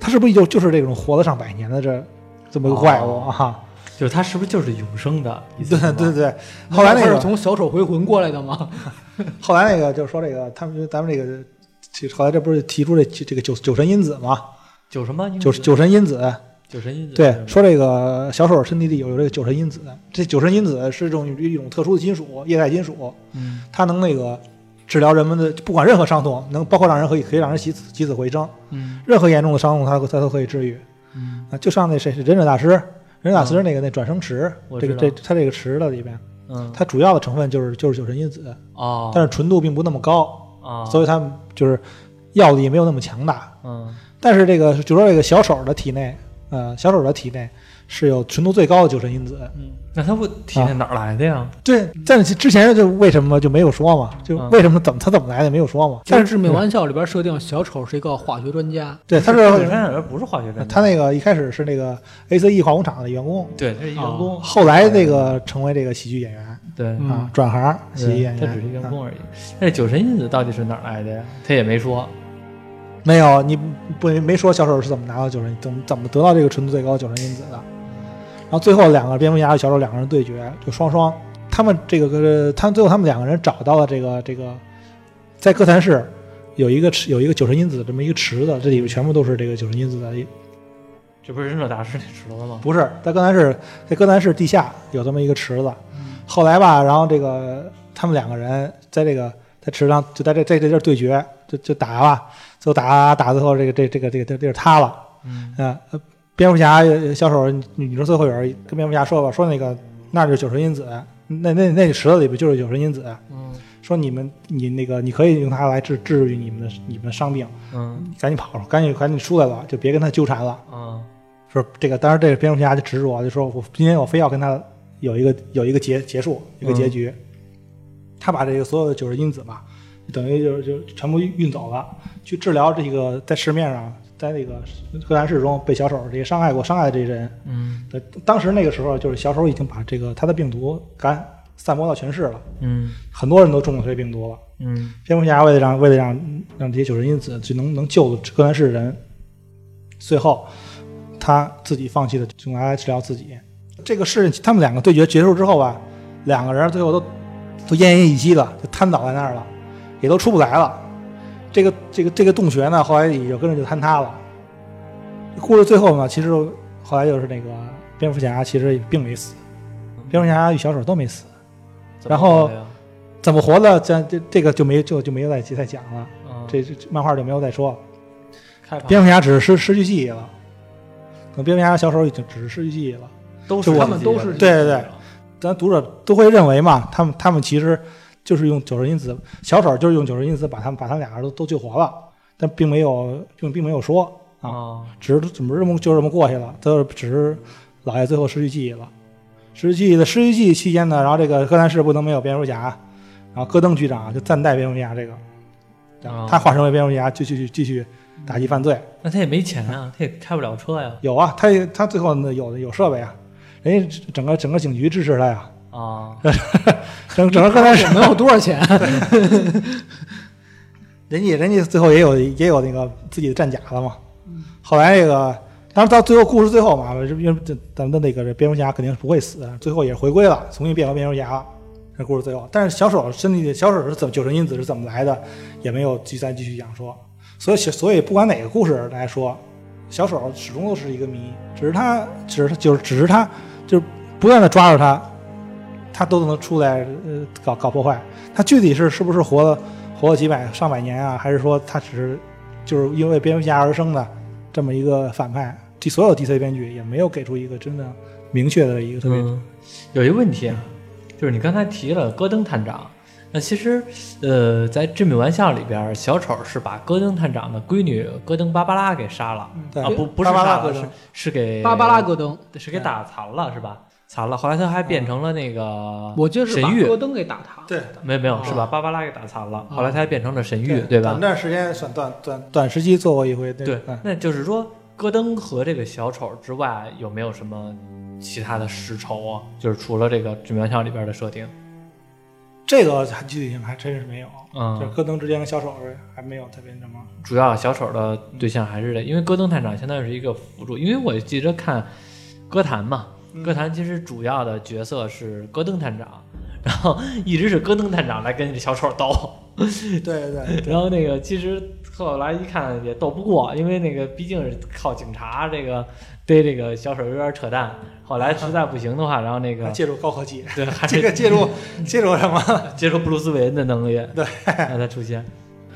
[SPEAKER 3] 他是不是就就是这种活了上百年的这这么一个怪物
[SPEAKER 2] 哦
[SPEAKER 3] 啊？
[SPEAKER 2] 就是他是不是就是永生的意思
[SPEAKER 3] 对
[SPEAKER 2] 是吗？
[SPEAKER 3] 对对。后来那
[SPEAKER 4] 他是
[SPEAKER 3] 个
[SPEAKER 4] 从小丑回魂过来的吗？
[SPEAKER 3] 后来那个就是说这个他们咱们这个其实后来这不是提出这这个九九神因子嘛？
[SPEAKER 2] 九什么因子？嗯
[SPEAKER 3] 九九神因子，
[SPEAKER 2] 九神因子。
[SPEAKER 3] 对，说这个小丑身体里有这个九神因子，这九神因子是一种一种特殊的金属，液态金属，
[SPEAKER 2] 嗯
[SPEAKER 3] 它能那个治疗人们的不管任何伤痛，能包括让人可以可以让人起死起死回生，
[SPEAKER 2] 嗯
[SPEAKER 3] 任何严重的伤痛它它都可以治愈。
[SPEAKER 2] 嗯
[SPEAKER 3] 啊，就像那谁忍者大师，忍者大师那个那转生池，
[SPEAKER 2] 我
[SPEAKER 3] 这个
[SPEAKER 2] 知道
[SPEAKER 3] 这它这个池的里边，
[SPEAKER 2] 嗯
[SPEAKER 3] 它主要的成分就是就是九神因子，
[SPEAKER 2] 哦，
[SPEAKER 3] 但是纯度并不那么高，
[SPEAKER 2] 啊，
[SPEAKER 3] 所
[SPEAKER 2] 以
[SPEAKER 3] 以它就是药力没有那么强大。
[SPEAKER 2] 嗯
[SPEAKER 3] 但是这个就说这个小丑的体内，呃，小丑的体内是有纯度最高的九神因子。
[SPEAKER 4] 嗯，
[SPEAKER 2] 那他不体内哪儿来的呀？
[SPEAKER 3] 对，但是之前就为什么就没有说嘛？就
[SPEAKER 2] 嗯
[SPEAKER 3] 为什么怎么他怎么来的没有说嘛？但
[SPEAKER 4] 致命玩笑里边设定小丑是一个化学专家，
[SPEAKER 3] 对，他
[SPEAKER 2] 这本
[SPEAKER 3] 是
[SPEAKER 2] 身有人不是化学专家，
[SPEAKER 3] 他那个一开始是那个 ACE 化工厂的员工，
[SPEAKER 2] 对他是一员工，
[SPEAKER 3] 后来那个成为这个喜剧演员
[SPEAKER 2] 哦对
[SPEAKER 4] 嗯
[SPEAKER 3] 啊，转行喜剧
[SPEAKER 2] 对
[SPEAKER 3] 演员，
[SPEAKER 2] 他只是一员
[SPEAKER 3] 啊
[SPEAKER 2] 工而已。那九神因子到底是哪儿来的呀？他也没说。
[SPEAKER 3] 没有，你不没说小丑是怎么拿到九神，怎么怎么得到这个纯度最高的九神因子的。然后最后两个蝙蝠侠和小丑两个人对决，就双双，他们这个呃他们最后他们两个人找到了这个这个，在哥谭市有一个池有一个九神因子这么一个池子，这里边全部都是这个九神因子的，
[SPEAKER 2] 这不是忍者大师那石头吗？
[SPEAKER 3] 不是在哥谭市在哥谭市地下有这么一个池子。后来吧，然后这个他们两个人在这个在池上就在这在这地儿对决，就就打吧，最后打打最后这个这这个这个这个地儿塌了。
[SPEAKER 2] 嗯
[SPEAKER 3] 啊，呃蝙蝠侠、呃小丑，你你说最后有人跟蝙蝠侠说吧，说那个那就是九神因子，那那那池子里边就是九神因子，
[SPEAKER 2] 嗯
[SPEAKER 3] 说你们你那个你可以用它来治治愈你们的你们的伤病，
[SPEAKER 2] 嗯
[SPEAKER 3] 赶紧跑，赶紧赶紧出来吧，就别跟他纠缠了。
[SPEAKER 2] 啊
[SPEAKER 3] 说这个，当然这个蝙蝠侠就执着，就说我今天我非要跟他有一个有一个结结束一个结局，他把这个所有的九十因子吧，等于就是就全部运走了，去治疗这个在市面上在那个荷兰市中被小丑这些伤害过伤害的这些人。
[SPEAKER 2] 嗯
[SPEAKER 3] 呃当时那个时候就是小丑已经把这个他的病毒感散播到全市了，
[SPEAKER 2] 嗯
[SPEAKER 3] 很多人都中了这病毒了。
[SPEAKER 2] 嗯
[SPEAKER 3] 蝙蝠侠为了让为了让让这些九十因子就能能救哥谭市的人，最后他自己放弃了用来治疗自己。这个事情他们两个对决结束之后吧，两个人最后都都奄奄一息了，就瘫倒在那儿了，也都出不来了。这个这个这个洞穴呢，后来也就跟着就坍塌了。故事最后呢，其实后来就是那个蝙蝠侠其实并没死，蝙蝠侠与小丑都没死，
[SPEAKER 2] 怎么
[SPEAKER 3] 然后
[SPEAKER 2] 回来呀嗯
[SPEAKER 3] 怎么活的？这这这个就没就就没有再再讲了。
[SPEAKER 2] 嗯
[SPEAKER 3] 这这这漫画就没有再说。
[SPEAKER 2] 开吧
[SPEAKER 3] 蝙蝠侠只是失失去记忆了，等蝙蝠侠和小丑已经只是失去记忆了。
[SPEAKER 2] 都
[SPEAKER 3] 就我
[SPEAKER 2] 自
[SPEAKER 4] 们
[SPEAKER 2] 己
[SPEAKER 4] 都
[SPEAKER 2] 人
[SPEAKER 4] 是
[SPEAKER 3] 对对对咱读者都会认为嘛，他们他们其实就是用九十因子，小丑就是用九十因子把他们把他们俩人都都救活了，但并没有并并没有说啊，
[SPEAKER 2] 啊，
[SPEAKER 3] 只是怎么这么就这么过去了，都是只是老爷最后失去记忆了。失去记忆的失去记忆期间呢，然后这个柯南市不能没有蝙蝠侠，然后戈登局长就暂代蝙蝠侠这个，然后他化身为蝙蝠侠，继续继续打击犯罪。
[SPEAKER 2] 那他也没钱啊，他也开不了车呀
[SPEAKER 3] 有啊，他也他最后呢有有设备啊，人家整个整个警局支持他呀，
[SPEAKER 2] 啊，
[SPEAKER 3] 整整个柯
[SPEAKER 4] [LAUGHS]
[SPEAKER 3] 南市，
[SPEAKER 4] 能有多少钱？
[SPEAKER 3] [LAUGHS] 人家人家最后也有也有那个自己的战甲了嘛。后来这个，当然到最后故事最后嘛，因为这咱们的那个蝙蝠侠肯定是不会死，最后也回归了，重新变回蝙蝠侠了。这故事最后，但是小丑身体里小丑是怎么九神因子是怎么来的，也没有继续再继续讲说。所以所以不管哪个故事来说，小丑始终都是一个谜，只是他只是就是只是他就是不断的抓住他，他都能出来呃搞搞破坏。他具体是是不是活了活了几百上百年啊，还是说他只是就是因为蝙蝠侠而生的这么一个反派？这所有 DC 编剧也没有给出一个真的明确的一个特别、
[SPEAKER 2] 嗯，有一个问题啊，就是你刚才提了戈登探长，那其实呃，在《致命玩笑》里边，小丑是把戈登探长的闺女戈登芭芭拉给杀了
[SPEAKER 3] 对
[SPEAKER 2] 啊，不不是
[SPEAKER 3] 芭芭拉
[SPEAKER 2] 杀了，
[SPEAKER 3] 戈登
[SPEAKER 2] 是是给
[SPEAKER 4] 芭芭拉·戈登，
[SPEAKER 2] 是给打残了是吧？残了，后来他还变成了那个
[SPEAKER 4] 我记得是
[SPEAKER 2] 神
[SPEAKER 4] 把
[SPEAKER 2] 谕
[SPEAKER 4] 戈，登给打塌。
[SPEAKER 3] 对。
[SPEAKER 2] 没有没有
[SPEAKER 4] 啊
[SPEAKER 2] 是把芭芭拉给打残了，
[SPEAKER 4] 啊
[SPEAKER 2] 后来他还变成了神
[SPEAKER 3] 对
[SPEAKER 2] 谕，对吧
[SPEAKER 3] 短？段时间短短短短时期做过一回，对
[SPEAKER 2] 对
[SPEAKER 3] 嗯，
[SPEAKER 2] 那就是说，戈登和这个小丑之外，有没有什么其他的世仇啊？就是除了这个《致命玩笑》里边的设定，
[SPEAKER 3] 这个还具体性还真是没有。
[SPEAKER 2] 嗯
[SPEAKER 3] 这戈登之间跟小丑是还没有特别那
[SPEAKER 2] [LAUGHS]
[SPEAKER 3] 什么。
[SPEAKER 2] 主要小丑的对象还是这，因为戈登探长相当于是一个辅助，因为我记着看歌坛嘛，
[SPEAKER 3] 嗯
[SPEAKER 2] 歌坛其实主要的角色是戈登探长， [LAUGHS] 然后一直是戈登探长来跟这小丑
[SPEAKER 3] [LAUGHS]
[SPEAKER 2] 斗，
[SPEAKER 3] 对对对，
[SPEAKER 2] 然后那个其实后来一看也斗不过，因为那个毕竟是靠警察这个逮这个小丑有点扯淡，后来实在不行的话，然后那个
[SPEAKER 3] 借助高科技，
[SPEAKER 2] 对还
[SPEAKER 3] [LAUGHS] 这
[SPEAKER 2] 是嗯
[SPEAKER 3] 个借助借助什么？
[SPEAKER 2] 接触布鲁斯韦恩的能力，对，让他出现，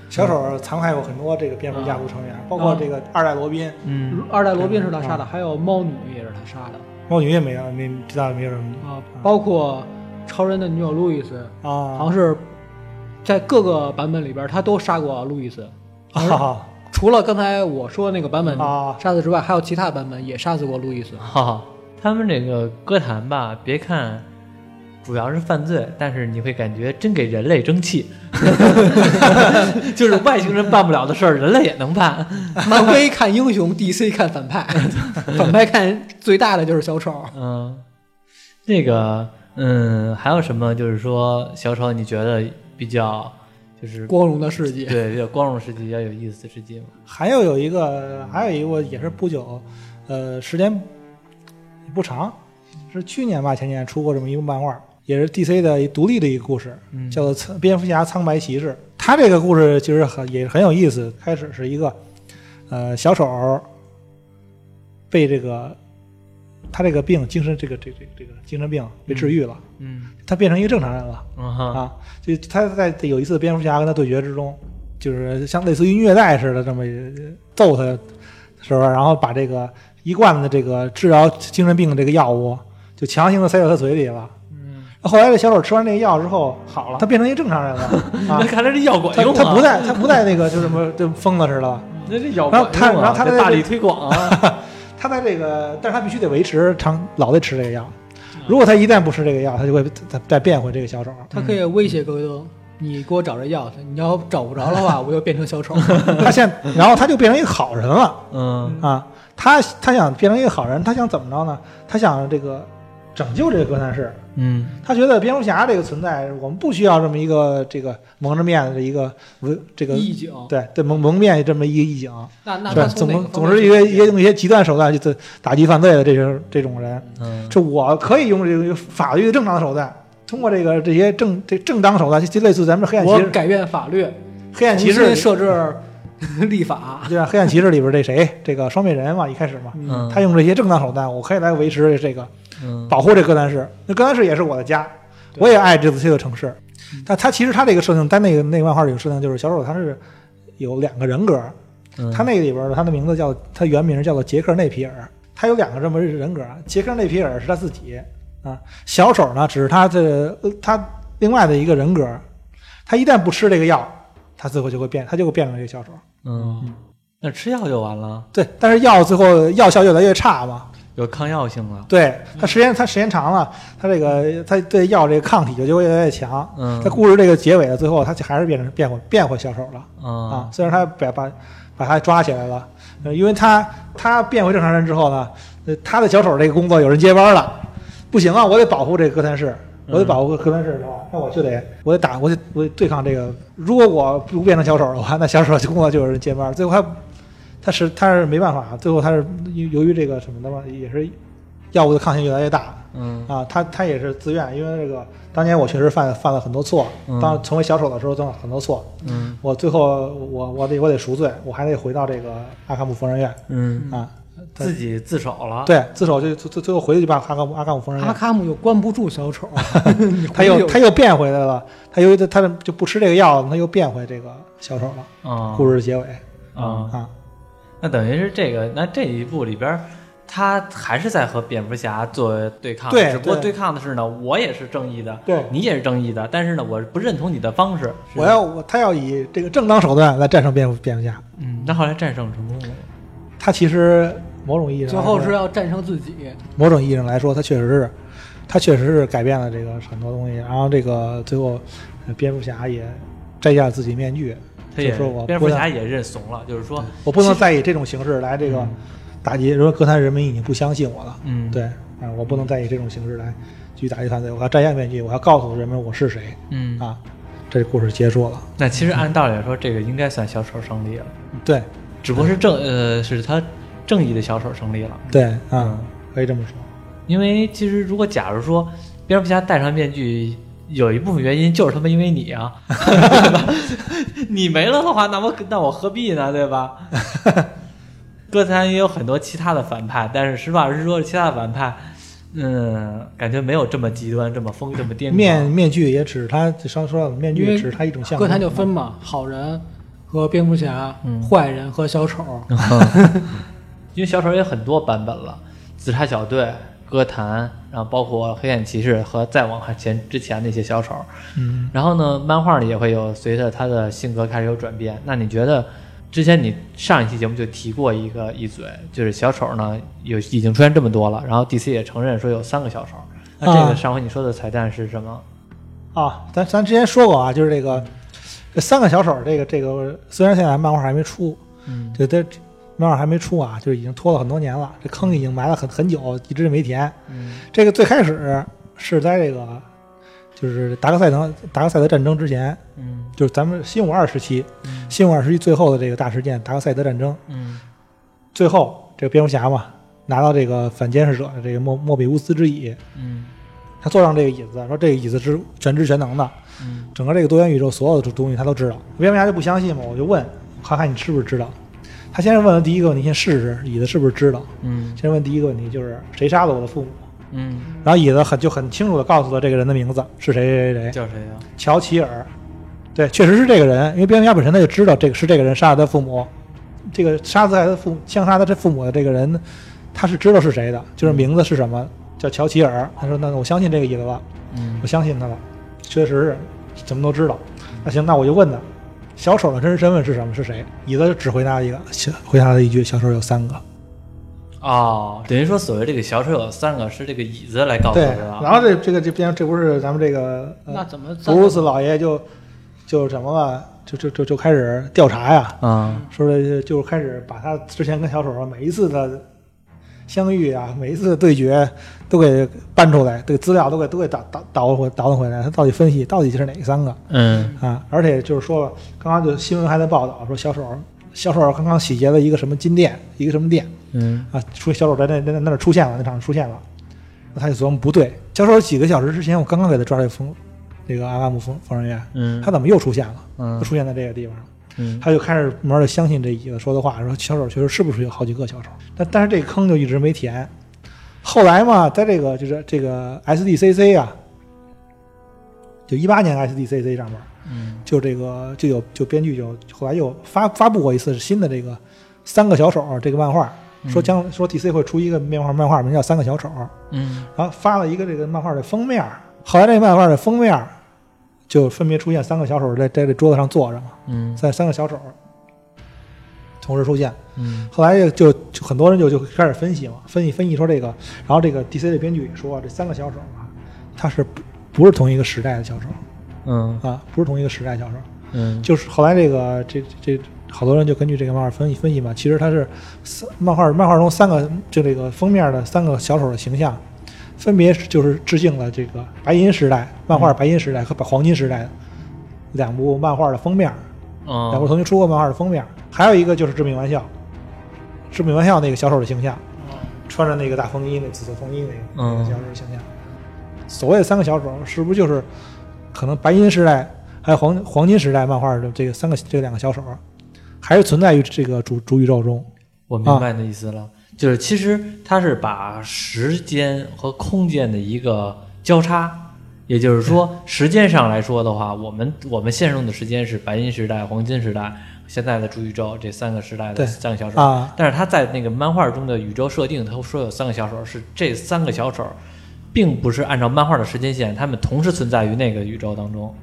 [SPEAKER 3] 小丑残害过很多这个蝙蝠家族成员，包括这个二代罗宾，
[SPEAKER 2] 嗯
[SPEAKER 4] 二代罗宾是他杀的，还有猫女也是他杀的
[SPEAKER 3] 猫女也没有，没知道没有什么
[SPEAKER 4] 啊，包括超人的女友路易斯，好
[SPEAKER 3] 啊
[SPEAKER 4] 像是在各个版本里边他都杀过路易斯，
[SPEAKER 3] 啊
[SPEAKER 4] 除了刚才我说的那个版本
[SPEAKER 3] 啊
[SPEAKER 4] 杀死之外，还有其他版本也杀死过路易斯。
[SPEAKER 2] 哈、哈， [LAUGHS] 他们这个歌坛吧，别看主要是犯罪，但是你会感觉真给人类争气， [LAUGHS] 就是外星人办不了的事儿，人类也能办。 [LAUGHS]
[SPEAKER 4] 漫威看英雄，DC [LAUGHS] 看反派，反派看最大的就是小丑。
[SPEAKER 2] 嗯，那个，嗯，还有什么？就是说，小丑，你觉得比较就是
[SPEAKER 4] 光荣的事迹，
[SPEAKER 2] [LAUGHS] 对比较光荣事迹，比较有意思的事迹吗？
[SPEAKER 3] 还有有一个，还有一个也是不久，呃，时间不长，是去年吧前年出过这么一部漫画，也是 DC 的一独立的一个故事，
[SPEAKER 2] 嗯
[SPEAKER 3] 叫做《蝙蝠侠苍白骑士》。他这个故事其实很也很有意思，开始是一个呃小丑被这个他这个病精神这个这个、这个精神病被治愈了，
[SPEAKER 2] 嗯
[SPEAKER 3] 他变成一个正常人了。
[SPEAKER 2] 嗯哈
[SPEAKER 3] 啊，就他在有一次蝙蝠侠跟他对决之中，就是像类似于虐待似的这么揍他的时候，然后把这个一罐子这个治疗精神病的这个药物就强行的塞到他嘴里了。
[SPEAKER 2] 嗯，
[SPEAKER 3] 后来这小丑吃完这个药之后好了，他变成一正常人了啊
[SPEAKER 2] 那，看来这药管
[SPEAKER 3] 他
[SPEAKER 2] 用
[SPEAKER 3] 他
[SPEAKER 2] 啊
[SPEAKER 3] 不，再他不再那个就什么就疯了似的了。
[SPEAKER 2] 那这药管用啊，
[SPEAKER 3] 然后他然后他
[SPEAKER 2] 得
[SPEAKER 3] 在
[SPEAKER 2] 大
[SPEAKER 3] 这
[SPEAKER 2] 力推广
[SPEAKER 3] [LAUGHS]
[SPEAKER 2] 啊，
[SPEAKER 3] 他在这个，但是他必须得维持长老得吃这个药，如果他一旦不吃这个药，他就会再再变回这个小丑。
[SPEAKER 4] 他可以威胁戈
[SPEAKER 3] 嗯
[SPEAKER 4] 登：“你给我找这药去，你要找不着的
[SPEAKER 3] [LAUGHS]
[SPEAKER 4] 话，我就变成小丑。
[SPEAKER 3] 他现然后他就变成一个好人了。
[SPEAKER 2] 嗯
[SPEAKER 3] 啊，他他想变成一个好人，他想怎么着呢？他想这个拯救这个哥谭市。
[SPEAKER 2] 嗯
[SPEAKER 3] 他觉得蝙蝠侠这个存在，我们不需要这么一个这个蒙着面的一个文这个
[SPEAKER 4] 意境，
[SPEAKER 3] 对对蒙蒙面这么一个意境，
[SPEAKER 4] 那那
[SPEAKER 3] 是
[SPEAKER 4] 他
[SPEAKER 3] 吧？
[SPEAKER 4] 从哪个
[SPEAKER 3] 总
[SPEAKER 4] 方
[SPEAKER 3] 总
[SPEAKER 4] 面
[SPEAKER 3] 是
[SPEAKER 4] 去
[SPEAKER 3] 一个
[SPEAKER 4] 理
[SPEAKER 3] 一
[SPEAKER 4] 解
[SPEAKER 3] 些用一些极端手段去打打击犯罪的这种这种人，
[SPEAKER 2] 嗯，
[SPEAKER 3] 是我可以用这个法律的正常手段，通过这个这些正这正当手段，就类似咱们黑暗骑
[SPEAKER 4] 我
[SPEAKER 3] 士，
[SPEAKER 4] 改变法律，
[SPEAKER 3] 黑暗
[SPEAKER 4] 重
[SPEAKER 3] 骑
[SPEAKER 4] 新
[SPEAKER 3] 士
[SPEAKER 4] 设置 [LAUGHS] 立法，
[SPEAKER 3] 对吧？黑暗骑士里边这谁这个双面人嘛，一开始嘛，
[SPEAKER 2] 嗯
[SPEAKER 3] 他用这些正当手段，我可以来维持这个
[SPEAKER 2] 嗯
[SPEAKER 3] 保护这哥谭市。那哥谭市也是我的家，
[SPEAKER 4] 对
[SPEAKER 3] 我也爱这这个城市
[SPEAKER 4] 嗯。
[SPEAKER 3] 但他其实他这个设定，单那个那个漫画里的设定就是小丑他是有两个人格，
[SPEAKER 2] 嗯
[SPEAKER 3] 他那个里边儿的他的名字叫他原名叫做杰克内皮尔，他有两个这么人格，杰克内皮尔是他自己啊，小丑呢只是他的呃他另外的一个人格，他一旦不吃这个药，他最后就会变，他就会变成这个小丑。哦
[SPEAKER 2] 嗯，那吃药就完了，
[SPEAKER 3] 对，但是药最后药效越来越差嘛，
[SPEAKER 2] 有抗药性了。
[SPEAKER 3] 对他时间他时间长了，他这个他对药这个抗体就就会越来越强。
[SPEAKER 2] 嗯
[SPEAKER 3] 在故事这个结尾的最后，他就还是变成变回变回小丑了啊
[SPEAKER 2] 啊！
[SPEAKER 3] 虽然他把把把他抓起来了，呃因为他他变回正常人之后呢，呃他的小丑这个工作有人接班了，不行啊，我得保护这个哥谭市，我得
[SPEAKER 2] 嗯
[SPEAKER 3] 保护哥谭市之后，那我就得我得打我得我得对抗这个。如果我不变成小丑的话，那小丑的工作就有人接班。最后他他是他是没办法，啊最后他是由由于这个什么的嘛，也是药物的抗性越来越大。
[SPEAKER 2] 嗯
[SPEAKER 3] 啊，他他也是自愿，因为这个当年我确实犯犯了很多错
[SPEAKER 2] 嗯，
[SPEAKER 3] 当成为小丑的时候犯了很多错，
[SPEAKER 2] 嗯
[SPEAKER 3] 我最后我我得我得赎罪，我还得回到这个阿卡姆疯人院
[SPEAKER 2] 嗯，
[SPEAKER 3] 啊，他
[SPEAKER 2] 自己自首了。，
[SPEAKER 3] 对，自首就最最最后回去就把阿卡姆阿卡姆疯人
[SPEAKER 4] 阿
[SPEAKER 3] 院，
[SPEAKER 4] 卡姆又关不住小
[SPEAKER 3] [LAUGHS]
[SPEAKER 4] 丑，你
[SPEAKER 3] 嗯他
[SPEAKER 4] 会
[SPEAKER 3] 又
[SPEAKER 4] 有
[SPEAKER 3] 他又变回来了，他由于他他就不吃这个药了，他又变回这个小丑了，
[SPEAKER 2] 啊
[SPEAKER 3] 故事的结尾
[SPEAKER 2] 啊，
[SPEAKER 3] 啊，
[SPEAKER 2] 那等于是这个，那这一部里边儿，他还是在和蝙蝠侠做对抗，
[SPEAKER 3] 对
[SPEAKER 2] 只不过
[SPEAKER 3] 对
[SPEAKER 2] 对抗的是呢，我也是正义的，
[SPEAKER 3] 对
[SPEAKER 2] 你也是正义的，但是呢，我不认同你的方式。是
[SPEAKER 3] 我要我他要以这个正当手段来战胜蝙蝠蝙蝠侠，
[SPEAKER 2] 嗯，那后来战胜成功了。
[SPEAKER 3] 他其实某种意义上
[SPEAKER 4] 最
[SPEAKER 3] 来
[SPEAKER 4] 后
[SPEAKER 3] 说
[SPEAKER 4] 是要战胜自己，
[SPEAKER 3] 某种意义上来说，它确实是，它确实是改变了这个很多东西。然后这个最后，呃蝙蝠侠也摘下了自己面具，
[SPEAKER 2] 他
[SPEAKER 3] 就
[SPEAKER 2] 也
[SPEAKER 3] 说我
[SPEAKER 2] 蝙
[SPEAKER 3] 不
[SPEAKER 2] 蝠
[SPEAKER 3] 能
[SPEAKER 2] 侠也认怂了，就是说，
[SPEAKER 3] 我不能再以这种形式来这个
[SPEAKER 2] 嗯
[SPEAKER 3] 打击，说哥谭人民已经不相信我了。
[SPEAKER 2] 嗯，
[SPEAKER 3] 对，啊、我不能再以这种形式来去打击犯罪，我要摘下面具，我要告诉人们我是谁
[SPEAKER 2] 嗯，
[SPEAKER 3] 啊！这故事结束了。
[SPEAKER 2] 那其实按道理来说，这个应该算小丑胜利了，
[SPEAKER 3] 对
[SPEAKER 2] 只不过是正呃是他正义的小丑胜利了，
[SPEAKER 3] 对啊、可以这么说。
[SPEAKER 2] 因为其实如果假如说蝙蝠侠戴上面具。有一部分原因就是他妈因为你啊， [LAUGHS] 对吧？你没了的话，那我那我何必呢，对吧？歌坛也有很多其他的反派，但是实话实说，其他的反派，嗯，感觉没有这么极端、这么疯、这么癫狂。
[SPEAKER 3] 面面具也只是他，上说了，面具
[SPEAKER 4] 因为
[SPEAKER 3] 只是他一种象嗯
[SPEAKER 4] 哥
[SPEAKER 3] 征。
[SPEAKER 4] 谭就分嘛，好人和蝙蝠侠
[SPEAKER 2] 嗯，
[SPEAKER 4] 坏人和小丑，
[SPEAKER 3] 嗯
[SPEAKER 2] [LAUGHS] 因为小丑有很多版本了，紫砂小队、歌坛，然后包括黑暗骑士和再往前之前那些小丑。
[SPEAKER 3] 嗯，
[SPEAKER 2] 然后呢，漫画里也会有随着他的性格开始有转变。那你觉得，之前你上一期节目就提过一个一嘴，就是小丑呢有已经出现这么多了，然后 DC 也承认说有三个小丑。那这
[SPEAKER 3] 啊
[SPEAKER 2] 个上回你说的彩蛋是什么？
[SPEAKER 3] 啊，咱咱之前说过啊，就是这个这三个小手儿，这个这个虽然现在漫画还没出，
[SPEAKER 2] 嗯
[SPEAKER 3] 这这漫画还没出啊，就是已经拖了很多年了，这坑已经埋了很很久，一直没填。
[SPEAKER 2] 嗯
[SPEAKER 3] 这个最开始是在这个就是达克赛德达克赛德战争之前，
[SPEAKER 2] 嗯
[SPEAKER 3] 就是咱们新五二时期，
[SPEAKER 2] 嗯
[SPEAKER 3] 新五二时期最后的这个大事件达克赛德战争，
[SPEAKER 2] 嗯
[SPEAKER 3] 最后这个蝙蝠侠嘛拿到这个反监视者的这个莫莫比乌斯之椅，
[SPEAKER 2] 嗯
[SPEAKER 3] 他坐上这个椅子，说这个椅子是全知全能的。
[SPEAKER 2] 嗯
[SPEAKER 3] 整个这个多元宇宙所有的东西他都知道。蝙蝠侠就不相信嘛，我就问，看看你是不是知道。他先是问了第一个问题，先试试椅子是不是知道。
[SPEAKER 2] 嗯
[SPEAKER 3] 先问第一个问题就是谁杀了我的父母？
[SPEAKER 2] 嗯，
[SPEAKER 3] 然后椅子很就很清楚的告诉了这个人的名字是谁谁谁谁，
[SPEAKER 2] 叫谁呀、啊
[SPEAKER 3] 乔奇尔。对，确实是这个人，因为蝙蝠侠本身他就知道这个是这个人杀了他父母，这个杀死他的父母枪杀他这父母的这个人，他是知道是谁的，就是名字是什么，叫乔奇尔。他说：“那我相信这个椅子了。”
[SPEAKER 2] 嗯
[SPEAKER 3] 我相信他了，确实是什么都知道。那行，那我就问他，小丑的真实身份是什么？是谁？椅子只回答一个，小回答了一句：“小丑有三个。
[SPEAKER 2] 哦，等于说所谓这个小丑有三个是这个椅子来”告诉
[SPEAKER 3] 对
[SPEAKER 2] 的吧，
[SPEAKER 3] 然后这这个这边这不是咱们这个
[SPEAKER 4] 那
[SPEAKER 3] 呃，
[SPEAKER 4] 怎么
[SPEAKER 3] 布
[SPEAKER 4] 战
[SPEAKER 3] 鲁斯老爷就就什么了，就就就就开始调查呀，
[SPEAKER 2] 啊，
[SPEAKER 3] 啊说的就开始把他之前跟小丑每一次的相遇啊，每一次对决都给搬出来，对资料都给都给倒倒倒回倒腾回来，他到底分析到底是哪三个
[SPEAKER 2] 嗯
[SPEAKER 3] 啊？而且就是说了，刚刚就新闻还在报道说小手小手刚刚洗劫了一个什么金店，一个什么店
[SPEAKER 2] 嗯
[SPEAKER 3] 啊，出小手在那那那那儿出现了，那场出现了，那他就琢磨不对，小手几个小时之前我刚刚给他抓这疯，这个阿拉姆疯疯人院，
[SPEAKER 2] 嗯，
[SPEAKER 3] 他怎么又出现了？又
[SPEAKER 2] 嗯
[SPEAKER 3] 出现在这个地方了。
[SPEAKER 2] 嗯
[SPEAKER 3] 他就开始慢慢的相信这椅子说的话，说小丑确实是不是有好几个小丑，但但是这个坑就一直没填。后来嘛，在这个就是这个 SDCC 啊，就一八年 SDCC 上面，
[SPEAKER 2] 嗯
[SPEAKER 3] 就这个就有就编剧就后来又发发布过一次新的这个三个小丑这个漫画，说将说 DC 会出一个漫画漫画名叫三个小丑，
[SPEAKER 2] 嗯
[SPEAKER 3] 然后发了一个这个漫画的封面儿。后来这漫画的封面儿就分别出现三个小丑在在这桌子上坐着嘛。
[SPEAKER 2] 嗯
[SPEAKER 3] 三三个小丑同时出现。
[SPEAKER 2] 嗯
[SPEAKER 3] 后来就就很多人就就开始分析嘛，分析分析说这个，然后这个 DC 的编剧也说这三个小丑啊，他是不不是同一个时代的小丑
[SPEAKER 2] 嗯
[SPEAKER 3] 啊，不是同一个时代小丑。
[SPEAKER 2] 嗯，
[SPEAKER 3] 就是后来这个这这这好多人就根据这个漫画分析分析嘛，其实它是三漫画漫画中三个就这个封面的三个小丑的形象，分别是就是致敬了这个白银时代漫画白银时代和黄金时代两部漫画的封面。两部
[SPEAKER 2] 哦
[SPEAKER 3] 曾经出过漫画的封面，还有一个就是《致命玩笑》，《致命玩笑》那个小丑的形象，穿着那个大风衣，那紫色风衣那个、那
[SPEAKER 2] 嗯
[SPEAKER 3] 个小丑的形象。所谓的三个小丑，是不是就是可能白银时代还有黄黄金时代漫画的这个三个这两个小丑，还是存在于这个主主宇宙中？
[SPEAKER 2] 我明白你的意思了，就是其实它是把时间和空间的一个交叉。也就是说，时间上来说的话，我们我们现用的时间是白银时代、黄金时代、现在的主宇宙这三个时代的
[SPEAKER 3] 对
[SPEAKER 2] 三个小丑
[SPEAKER 3] 啊
[SPEAKER 2] 但是他在那个漫画中的宇宙设定，他说有三个小丑，是这三个小丑，并不是按照漫画的时间线，他们同时存在于那个宇宙当中。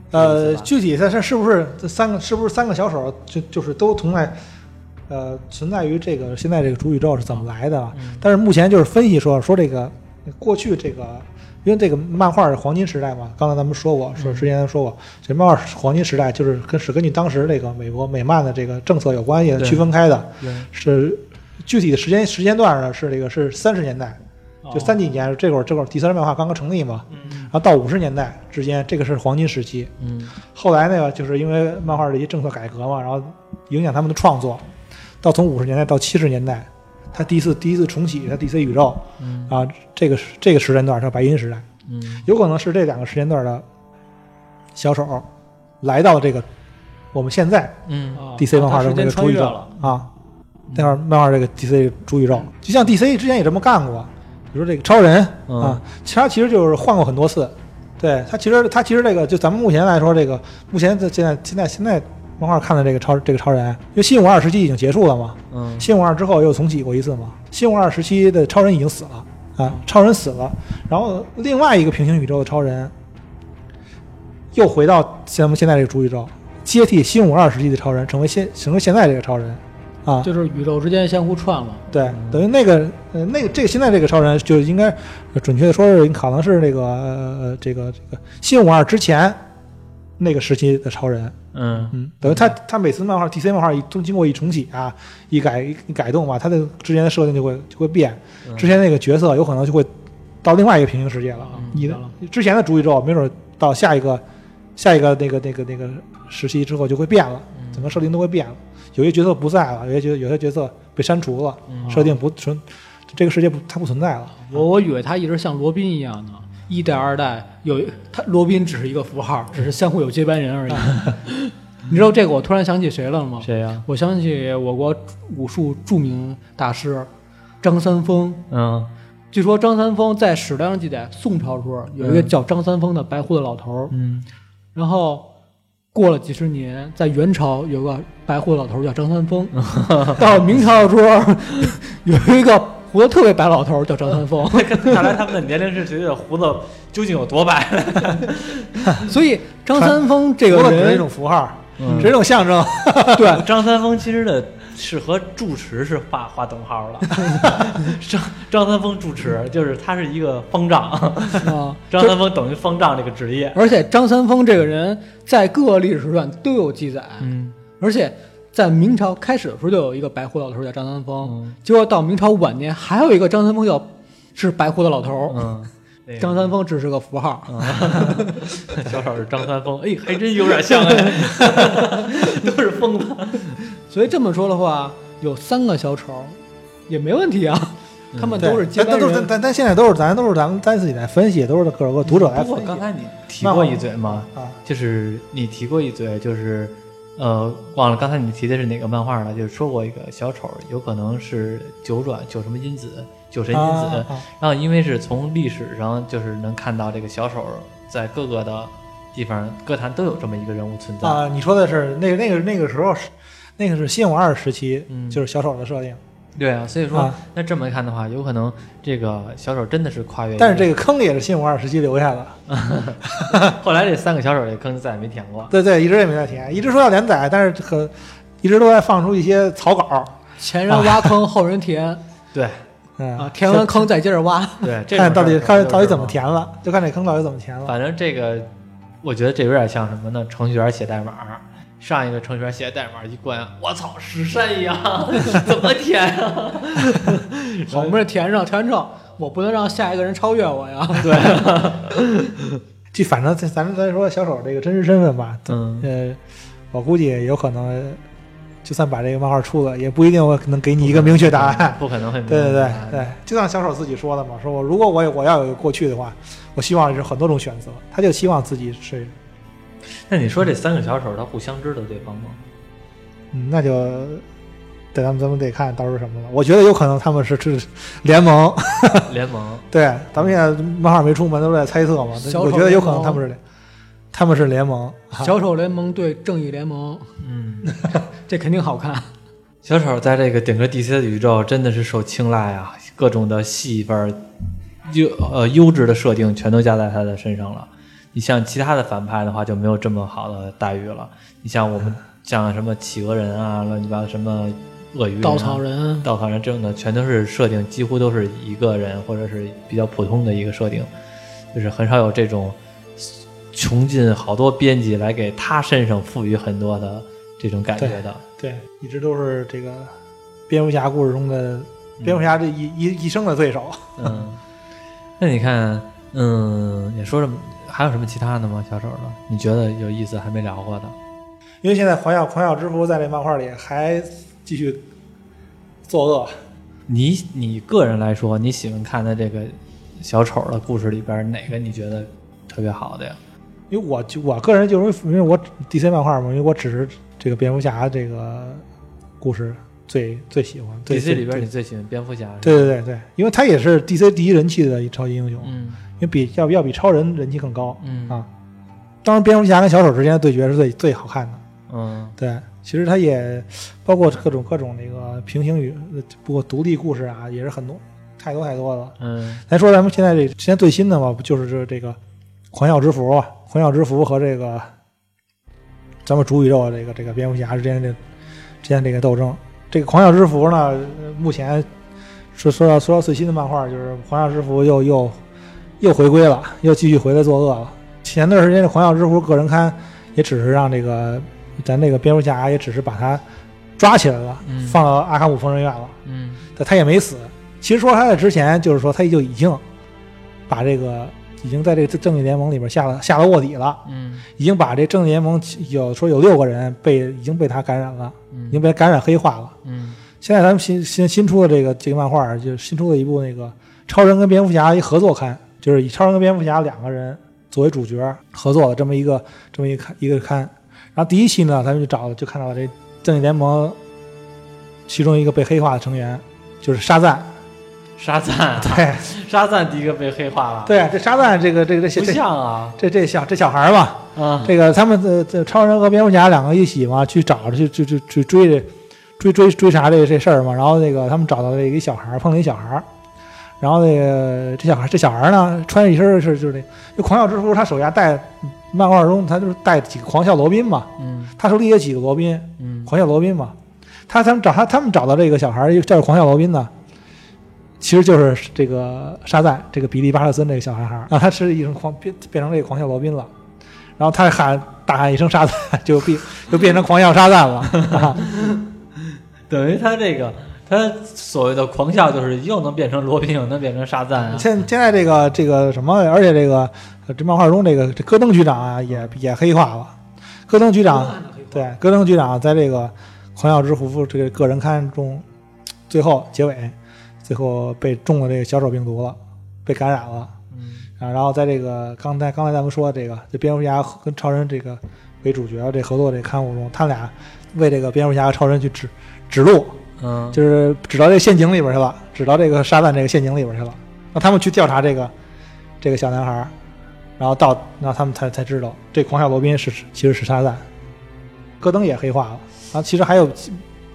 [SPEAKER 2] 是这意思
[SPEAKER 3] 呃，
[SPEAKER 2] 吧
[SPEAKER 3] 具体它是是不是这三个是不是三个小丑就就是都同在呃存在于这个现在这个主宇宙是怎么来的啊？
[SPEAKER 2] 嗯
[SPEAKER 3] 但是目前就是分析说说这个过去这个，因为这个漫画是黄金时代嘛，刚才咱们说过，
[SPEAKER 2] 嗯
[SPEAKER 3] 说之前咱说过，这漫画是黄金时代就是跟是根据当时这个美国美漫的这个政策有关系的
[SPEAKER 2] 对
[SPEAKER 3] 区分开的，
[SPEAKER 2] 对
[SPEAKER 3] 是具体的时间时间段呢是这个是三十年代，就三几
[SPEAKER 2] 哦
[SPEAKER 3] 年这会儿这会儿第三漫画刚刚成立嘛，然后到五十年代之间这个是黄金时期，
[SPEAKER 2] 嗯
[SPEAKER 3] 后来呢，就是因为漫画的一些政策改革嘛，然后影响他们的创作，到从五十年代到七十年代，他第一次第一次重启他 DC 宇宙
[SPEAKER 2] 嗯
[SPEAKER 3] 啊，这个时这个时间段叫白银时代，
[SPEAKER 2] 嗯
[SPEAKER 3] 有可能是这两个时间段的小丑来到这个我们现在
[SPEAKER 2] 嗯
[SPEAKER 4] 啊
[SPEAKER 3] DC 漫画
[SPEAKER 4] 他
[SPEAKER 3] 的
[SPEAKER 4] 时
[SPEAKER 3] 这
[SPEAKER 4] 间
[SPEAKER 3] 个
[SPEAKER 4] 穿
[SPEAKER 3] 主宇
[SPEAKER 4] 越
[SPEAKER 3] 宙
[SPEAKER 4] 了，
[SPEAKER 3] 啊，那会儿漫画这个 DC 主宇宙，就像 DC 之前也这么干过，比如说这个超人
[SPEAKER 2] 嗯
[SPEAKER 3] 啊，其他其实就是换过很多次。对他其实他其实这个就咱们目前来说，这个目前这现在现在现在漫画看的这个超这个超人，因为新五二时期已经结束了嘛，
[SPEAKER 2] 嗯
[SPEAKER 3] 新五二之后又重启过一次嘛，新五二时期的超人已经死了。啊，超人死了，然后另外一个平行宇宙的超人又回到咱们现在这个主宇宙，接替新五二时期的超人，成为现成为现在这个超人，啊，
[SPEAKER 4] 就是宇宙之间相互串了。
[SPEAKER 3] 对，等于那个呃，那个这个现在这个超人就应该准确的说是可能是那个呃这个这个新五二之前那个时期的超人，
[SPEAKER 2] 嗯
[SPEAKER 3] 嗯，等于他他每次漫画 DC 漫画一都经过一重启啊，一改一改动吧，他的之前的设定就会就会变
[SPEAKER 2] 嗯，
[SPEAKER 3] 之前那个角色有可能就会到另外一个平行世界了，啊
[SPEAKER 4] 嗯
[SPEAKER 3] 你的
[SPEAKER 4] 明白
[SPEAKER 3] 之前的主宇宙没准到下一个下一个那个那个那个时期之后就会变了，整个设定都会变了，有些角色不在了，有些角有些角色被删除了，
[SPEAKER 2] 嗯
[SPEAKER 3] 设定不存，这个世界不它不存在了。
[SPEAKER 4] 我我以为他一直像罗宾一样呢，一代二代有他罗宾只是一个符号，只是相互有接班人而已。 [LAUGHS] 你知道这个我突然想起谁了吗？
[SPEAKER 2] 谁呀？
[SPEAKER 4] 我想起我国武术著名大师张三丰。
[SPEAKER 2] 嗯
[SPEAKER 4] 据说张三丰在史料上记载，宋朝时候有一个
[SPEAKER 2] 嗯
[SPEAKER 4] 叫张三丰的白胡子老头儿，
[SPEAKER 2] 嗯
[SPEAKER 4] 然后过了几十年，在元朝有个白胡子老头儿叫张三丰，到明朝的时候有一个胡子特别白老头儿叫张三丰，
[SPEAKER 2] 看来他们的年龄是随着胡子究竟有多白。
[SPEAKER 4] 所以张三丰这
[SPEAKER 3] 除
[SPEAKER 4] 个
[SPEAKER 3] 了只是一
[SPEAKER 4] 人
[SPEAKER 3] 种符号，
[SPEAKER 2] 嗯
[SPEAKER 3] 只是一种象征。
[SPEAKER 4] 对。
[SPEAKER 2] [LAUGHS] 张三丰其实的是和住持是画画等号
[SPEAKER 4] [LAUGHS]
[SPEAKER 2] 了。张张三丰住持就是他是一个方丈，
[SPEAKER 4] [LAUGHS]
[SPEAKER 3] 嗯 [LAUGHS]
[SPEAKER 4] 啊，
[SPEAKER 2] 张三丰等于方丈这个职业。
[SPEAKER 4] 而且张三丰这个人在各个历史段都有记载，
[SPEAKER 2] 嗯
[SPEAKER 4] 而且在明朝开始的时候就有一个白胡子老头儿叫张三丰，
[SPEAKER 2] 嗯
[SPEAKER 4] 结果到明朝晚年还有一个张三丰叫是白胡子老头儿，
[SPEAKER 2] 嗯，
[SPEAKER 4] [LAUGHS]
[SPEAKER 2] 对
[SPEAKER 4] 张三丰只是个符号。
[SPEAKER 3] 嗯
[SPEAKER 2] 小丑是张三丰，哎，还真有点像
[SPEAKER 4] [LAUGHS]
[SPEAKER 2] 哎， [LAUGHS] 都是疯子。
[SPEAKER 4] 所以这么说的话，有三个小丑也没问题啊，他们
[SPEAKER 3] 嗯对
[SPEAKER 4] 都是接班
[SPEAKER 3] 但但都是
[SPEAKER 4] 人
[SPEAKER 3] 但。但但现在都是咱都是咱们咱自己来分析，都是各个读者来
[SPEAKER 2] 不过
[SPEAKER 3] 分析
[SPEAKER 2] 哎刚才你提过一嘴嘛，
[SPEAKER 3] 啊。
[SPEAKER 2] 就是你提过一嘴，就是呃，忘了刚才你提的是哪个漫画了，就是说过一个小丑有可能是九转九什么因子，九神因子。
[SPEAKER 3] 啊啊
[SPEAKER 2] 然后因为是从历史上就是能看到这个小丑在各个的地方歌坛都有这么一个人物存在。
[SPEAKER 3] 啊，你说的是那个那个那个时候是那个是新五二时期，
[SPEAKER 2] 嗯
[SPEAKER 3] 就是小丑的设定，
[SPEAKER 2] 对啊，所以说、
[SPEAKER 3] 啊
[SPEAKER 2] 那这么看的话，有可能这个小丑真的是跨越。
[SPEAKER 3] 但是这个坑也是新五二时期留下的。
[SPEAKER 2] 个 [LAUGHS] 后来这三个小丑这坑再也没填过。
[SPEAKER 3] 对对，一直也没再填，一直说要连载，但是很一直都在放出一些草稿。
[SPEAKER 4] 前人挖坑，后人
[SPEAKER 3] [LAUGHS]
[SPEAKER 4] 填
[SPEAKER 3] 啊
[SPEAKER 2] 对
[SPEAKER 3] 嗯
[SPEAKER 4] 啊，填完
[SPEAKER 3] [LAUGHS]
[SPEAKER 4] 坑再接着挖。
[SPEAKER 2] 对，这
[SPEAKER 3] 看
[SPEAKER 2] 种
[SPEAKER 3] 到
[SPEAKER 2] 事
[SPEAKER 3] 底
[SPEAKER 2] 儿可能
[SPEAKER 3] 看
[SPEAKER 2] 就是嗯
[SPEAKER 3] 到底怎么
[SPEAKER 2] 这样
[SPEAKER 3] 填了，就看这坑到底怎么
[SPEAKER 2] [LAUGHS]
[SPEAKER 3] 填了。
[SPEAKER 2] 反正这个，我觉得这有点像什么呢？程序员写代码，上一个程序员写代码一关，我操，屎山一样，怎么填啊？
[SPEAKER 4] 我们这填上，填完之后，我不能让下一个人超越我呀。
[SPEAKER 3] [LAUGHS] 就反正咱咱咱说小丑这个真实身份吧，
[SPEAKER 2] 嗯，
[SPEAKER 3] 呃，我估计有可能，就算把这个漫画出了，也不一定我能给你一个明确答案。
[SPEAKER 2] 不可能会明白
[SPEAKER 3] 对对
[SPEAKER 2] 答
[SPEAKER 3] 对
[SPEAKER 2] 案
[SPEAKER 3] 对，就像小丑自己说的嘛，说我如果我有我要有过去的话，我希望是很多种选择。他就希望自己是，
[SPEAKER 2] 那你说这三个小丑他互相知道对方
[SPEAKER 3] [LAUGHS]
[SPEAKER 2] 吗？
[SPEAKER 3] 嗯，那就得咱们咱们得看到时候什么了。我觉得有可能他们是是联盟， [LAUGHS]
[SPEAKER 2] 联盟，
[SPEAKER 3] 对，咱们现在漫画没出门都在猜测嘛
[SPEAKER 4] 小，丑
[SPEAKER 3] 我觉得有可能
[SPEAKER 4] 联盟
[SPEAKER 3] 他们是他们是联盟，
[SPEAKER 4] 小丑联盟对正义联盟，
[SPEAKER 2] 嗯，
[SPEAKER 4] [LAUGHS] 这肯定好看。
[SPEAKER 2] 小丑在这个整个 DC 的宇宙真的是受青睐啊，各种的戏份儿优呃优质的设定全都加在他的身上了。你像其他的反派的话就没有这么好的待遇了。你像我们像什么企鹅人啊，乱七八糟什么鳄鱼人啊、
[SPEAKER 4] 稻草人，
[SPEAKER 2] 稻草人这种的全都是设定，几乎都是一个人或者是比较普通的一个设定，就是很少有这种穷尽好多编辑来给他身上赋予很多的这种感觉的。
[SPEAKER 3] 对，一直都是这个蝙蝠侠故事中的蝙蝠侠这一一一生的对手。
[SPEAKER 2] 嗯， [LAUGHS] 那你看，嗯，也说什么？还有什么其他的吗？小丑的，你觉得有意思还没聊过的？
[SPEAKER 3] 因为现在狂笑狂笑之父在这漫画里还继续作恶，
[SPEAKER 2] 你你个人来说，你喜欢看的这个小丑的故事里边，哪个你觉得特别好的呀？
[SPEAKER 3] 因为我就我个人就是因为我 DC 漫画嘛，因为我只是这个蝙蝠侠这个故事最最喜欢。最
[SPEAKER 2] DC 里边
[SPEAKER 3] 最
[SPEAKER 2] 你最喜欢蝙蝠侠？是吧
[SPEAKER 3] 对对对对，因为他也是 DC 第一人气的超级英雄，
[SPEAKER 2] 嗯
[SPEAKER 3] 因为比要要比超人人气更高
[SPEAKER 2] 嗯
[SPEAKER 3] 啊。当然，蝙蝠侠跟小丑之间的对决是最最好看的。
[SPEAKER 2] 嗯
[SPEAKER 3] 对，其实它也包括各种各种那个平行宇，呃不过独立故事啊也是很多，太多太多了。
[SPEAKER 2] 嗯
[SPEAKER 3] 咱说咱们现在这现在最新的嘛，不就是这这个《狂笑之蝠》啊，《狂笑之蝠》和这个咱们主宇宙这个这个蝙蝠侠之间这之间这个斗争。这个《狂笑之蝠》呢，呃目前说说到说到最新的漫画，就是《狂笑之蝠》又又又回归了，又继续回来作恶了。前段时间的《狂笑之蝠》个人刊也只是让这个咱这个蝙蝠侠也只是把他抓起来了，
[SPEAKER 2] 嗯
[SPEAKER 3] 放到阿卡姆疯人院了。
[SPEAKER 2] 嗯
[SPEAKER 3] 但他也没死。其实说他在之前，就是说他就已经把这个已经在这个正义联盟里边下了下了卧底了，
[SPEAKER 2] 嗯
[SPEAKER 3] 已经把这正义联盟有说有六个人被已经被他感染了，已经被他感染黑化了。
[SPEAKER 2] 嗯
[SPEAKER 3] 现在咱们新新新出的这个这个漫画，就是新出的一部那个超人跟蝙蝠侠一合作刊，就是以超人跟蝙蝠侠两个人作为主角合作的这么一个这么一个刊一个刊。然后第一期呢，咱们就找了就看到了这正义联盟其中一个被黑化的成员，就是沙赞。
[SPEAKER 2] 沙赞，
[SPEAKER 3] 对
[SPEAKER 2] 沙赞第一个被黑化了，，
[SPEAKER 3] 对，这沙赞这个这个这
[SPEAKER 2] 不
[SPEAKER 3] 这
[SPEAKER 2] 像啊，
[SPEAKER 3] 这这小这小孩儿嘛，
[SPEAKER 2] 啊，
[SPEAKER 3] 这个他们这这超人和蝙蝠侠两个一起嘛，去找去去去去追这追追追查这这事儿嘛。然后那个他们找到了一个小孩儿，碰了一小孩儿，然后那个这小孩这小孩儿呢，穿着一身是就是那就狂笑之父，他手下带漫画中他就是带几个狂笑罗宾嘛，
[SPEAKER 2] 嗯
[SPEAKER 3] 他手里也几个罗宾，
[SPEAKER 2] 嗯
[SPEAKER 3] 狂笑罗宾嘛。他他们找他他们找到这个小孩儿叫狂笑罗宾呢，其实就是这个沙赞这个比利巴特森这个小男孩儿啊，他是一身狂变变成这个狂笑罗宾了，然后他还喊大喊一声“沙赞”，就变就变成狂笑沙赞了。 [LAUGHS] 啊
[SPEAKER 2] 等于他这个他所谓的狂笑，就是又能变成罗宾，又能变成沙赞啊。
[SPEAKER 3] 现现在这个这个什么，而且这个呃这漫画中这个这戈登局长啊，也也黑化了。戈登局长对戈登局长在这个《狂笑之胡夫》这个个人刊中，最后结尾，最后被中了这个小丑病毒了，被感染了。
[SPEAKER 2] 嗯
[SPEAKER 3] 啊，然后在这个刚才刚才咱们说的这个，就蝙蝠侠和跟超人这个为主角这合作这刊物中，他俩为这个蝙蝠侠和超人去指指路，
[SPEAKER 2] 嗯，
[SPEAKER 3] 就是指到这个陷阱里边去了，指到这个沙赞这个陷阱里边去了。让他们去调查这个这个小男孩儿，然后到然后他们才才知道这狂笑罗宾是其实是沙赞。戈登也黑化了，然后其实还有几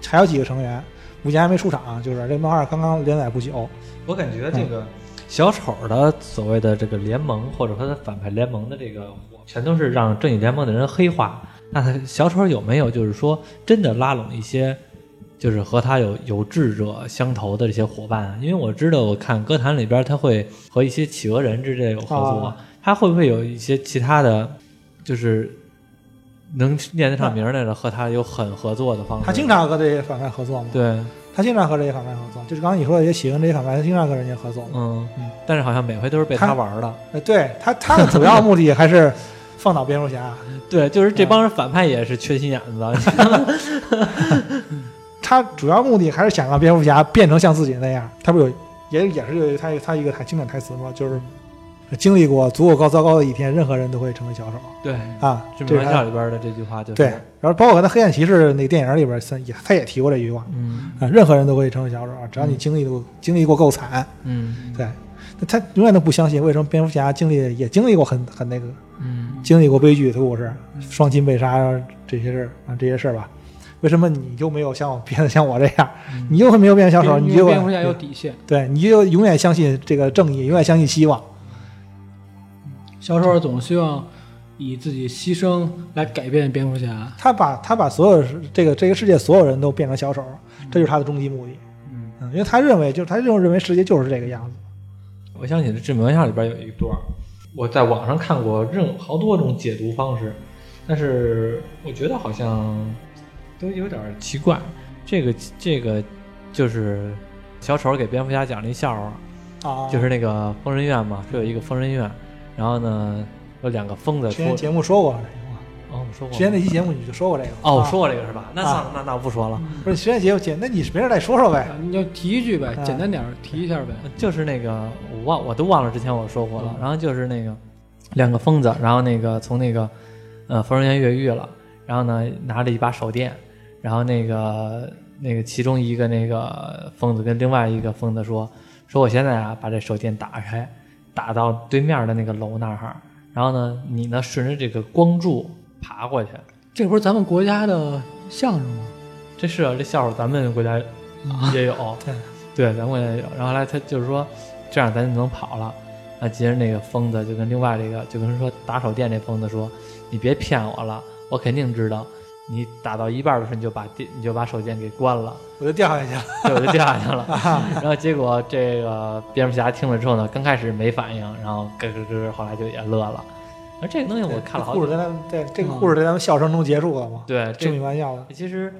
[SPEAKER 3] 还有几个成员，目前还没出场，就是这漫画刚刚连载不久。
[SPEAKER 2] 我感觉这个嗯小丑的所谓的这个联盟，或者说他反派联盟的这个火，全都是让正义联盟的人黑化。那他小丑有没有就是说真的拉拢一些，就是和他有有志者相投的这些伙伴啊？因为我知道，我看歌坛里边他会和一些企鹅人之类有合作，
[SPEAKER 3] 啊
[SPEAKER 2] 他会不会有一些其他的，就是能念得上名儿来的和他有很合作的方式？
[SPEAKER 3] 他经常和这些反派合作嘛，
[SPEAKER 2] 对，
[SPEAKER 3] 他经常和这些反派合作，就是刚才你说的这些喜欢这些反派，他经常跟人家合作嘛。
[SPEAKER 2] 嗯
[SPEAKER 3] 嗯，
[SPEAKER 2] 但是好像每回都是被他
[SPEAKER 3] 他
[SPEAKER 2] 玩儿的。
[SPEAKER 3] 呃，对他他的主要目的还是放倒蝙蝠侠，
[SPEAKER 2] 对，就是这帮人反派也是缺心眼子，
[SPEAKER 3] 他主要目的还是想让蝙蝠侠变成像自己那样。他不是有也也是有他他一个台经典台词吗？就是呃经历过足够高糟糕的一天，任何人都会成为小丑
[SPEAKER 2] [LAUGHS] 对，
[SPEAKER 3] 啊。
[SPEAKER 2] 致
[SPEAKER 3] 这
[SPEAKER 2] 命玩
[SPEAKER 3] 是他
[SPEAKER 2] 笑里边的这句话就是
[SPEAKER 3] 对，然后包括他黑暗骑士那个电影里边，他也他也提过这句话
[SPEAKER 2] 嗯
[SPEAKER 3] 啊，任何人都会成为小丑，啊只要你经历过、经历过够惨。
[SPEAKER 2] 嗯
[SPEAKER 3] 对，那他永远都不相信为什么蝙蝠侠经历也经历过很很那个
[SPEAKER 2] 嗯
[SPEAKER 3] 经历过悲剧的故事，双亲被杀这些事儿啊，这些事儿吧，为什么你就没有像我变得像我这样？
[SPEAKER 2] 嗯
[SPEAKER 3] 你又没有变成小丑，你
[SPEAKER 4] 因为
[SPEAKER 3] 就
[SPEAKER 4] 蝙蝠侠有底线，
[SPEAKER 3] 对，你就永远相信这个正义，永远相信希望。
[SPEAKER 4] 小丑总希望以自己牺牲来改变蝙蝠侠。
[SPEAKER 3] 他把他把所有这个这个世界所有人都变成小丑，这就是他的终极目的。
[SPEAKER 2] 嗯，
[SPEAKER 3] 嗯，因为他认为就是他就认为世界就是这个样子。
[SPEAKER 2] 我想起了《致命玩笑》里边有一段，我在网上看过任好多种解读方式，但是我觉得好像都有点奇怪。这个这个就是小丑给蝙蝠侠讲了一笑话，
[SPEAKER 3] 啊，
[SPEAKER 2] 就是那个疯人院嘛，说有一个疯人院，然后呢有两个疯子
[SPEAKER 3] 之
[SPEAKER 2] 出
[SPEAKER 3] 前节目说过这个话，
[SPEAKER 2] 哦，我说过吗
[SPEAKER 3] 之前那期节目你就说过这个
[SPEAKER 2] 哦，我
[SPEAKER 3] 啊
[SPEAKER 2] 说过这个是吧？那算了，那那我不说了。
[SPEAKER 3] 不是之前节目姐，那你没事再说说呗。
[SPEAKER 2] 嗯
[SPEAKER 4] 啊你就提一句呗
[SPEAKER 3] 啊，
[SPEAKER 4] 简单点儿提一下呗。
[SPEAKER 2] 就是那个我忘我都忘了之前我说过了，然后就是那个两个疯子，然后那个从那个呃疯人院越狱了，然后呢拿着一把手电，然后那个那个其中一个那个疯子跟另外一个疯子说说我现在啊把这手电打开，打到对面的那个楼那儿，然后呢你呢顺着这个光柱爬过去，
[SPEAKER 4] 这不是咱们国家的相声吗？
[SPEAKER 2] 这是啊这笑话咱们国家也有，
[SPEAKER 3] 嗯 [LAUGHS] 对
[SPEAKER 2] 对，咱们国家也有。然后后来他就是说，这样咱就能跑了。那接着那个疯子就跟另外这个就跟说打手电这疯子说：“你别骗我了，我肯定知道。你打到一半的时候你就把电你就把手电给关了， [LAUGHS]
[SPEAKER 3] 我就掉下去了。
[SPEAKER 2] 对，我就掉下去
[SPEAKER 3] [LAUGHS]
[SPEAKER 2] 了。然后结果这个蝙蝠侠听了之后呢，刚开始没反应，然后咯咯咯，后来就也乐了。而这个东西我看了好
[SPEAKER 3] 故
[SPEAKER 2] 久嗯
[SPEAKER 3] 事，在咱们对这个故事在咱们笑声中结束了嘛？
[SPEAKER 2] 对，这
[SPEAKER 3] 致命玩笑了。
[SPEAKER 2] 其实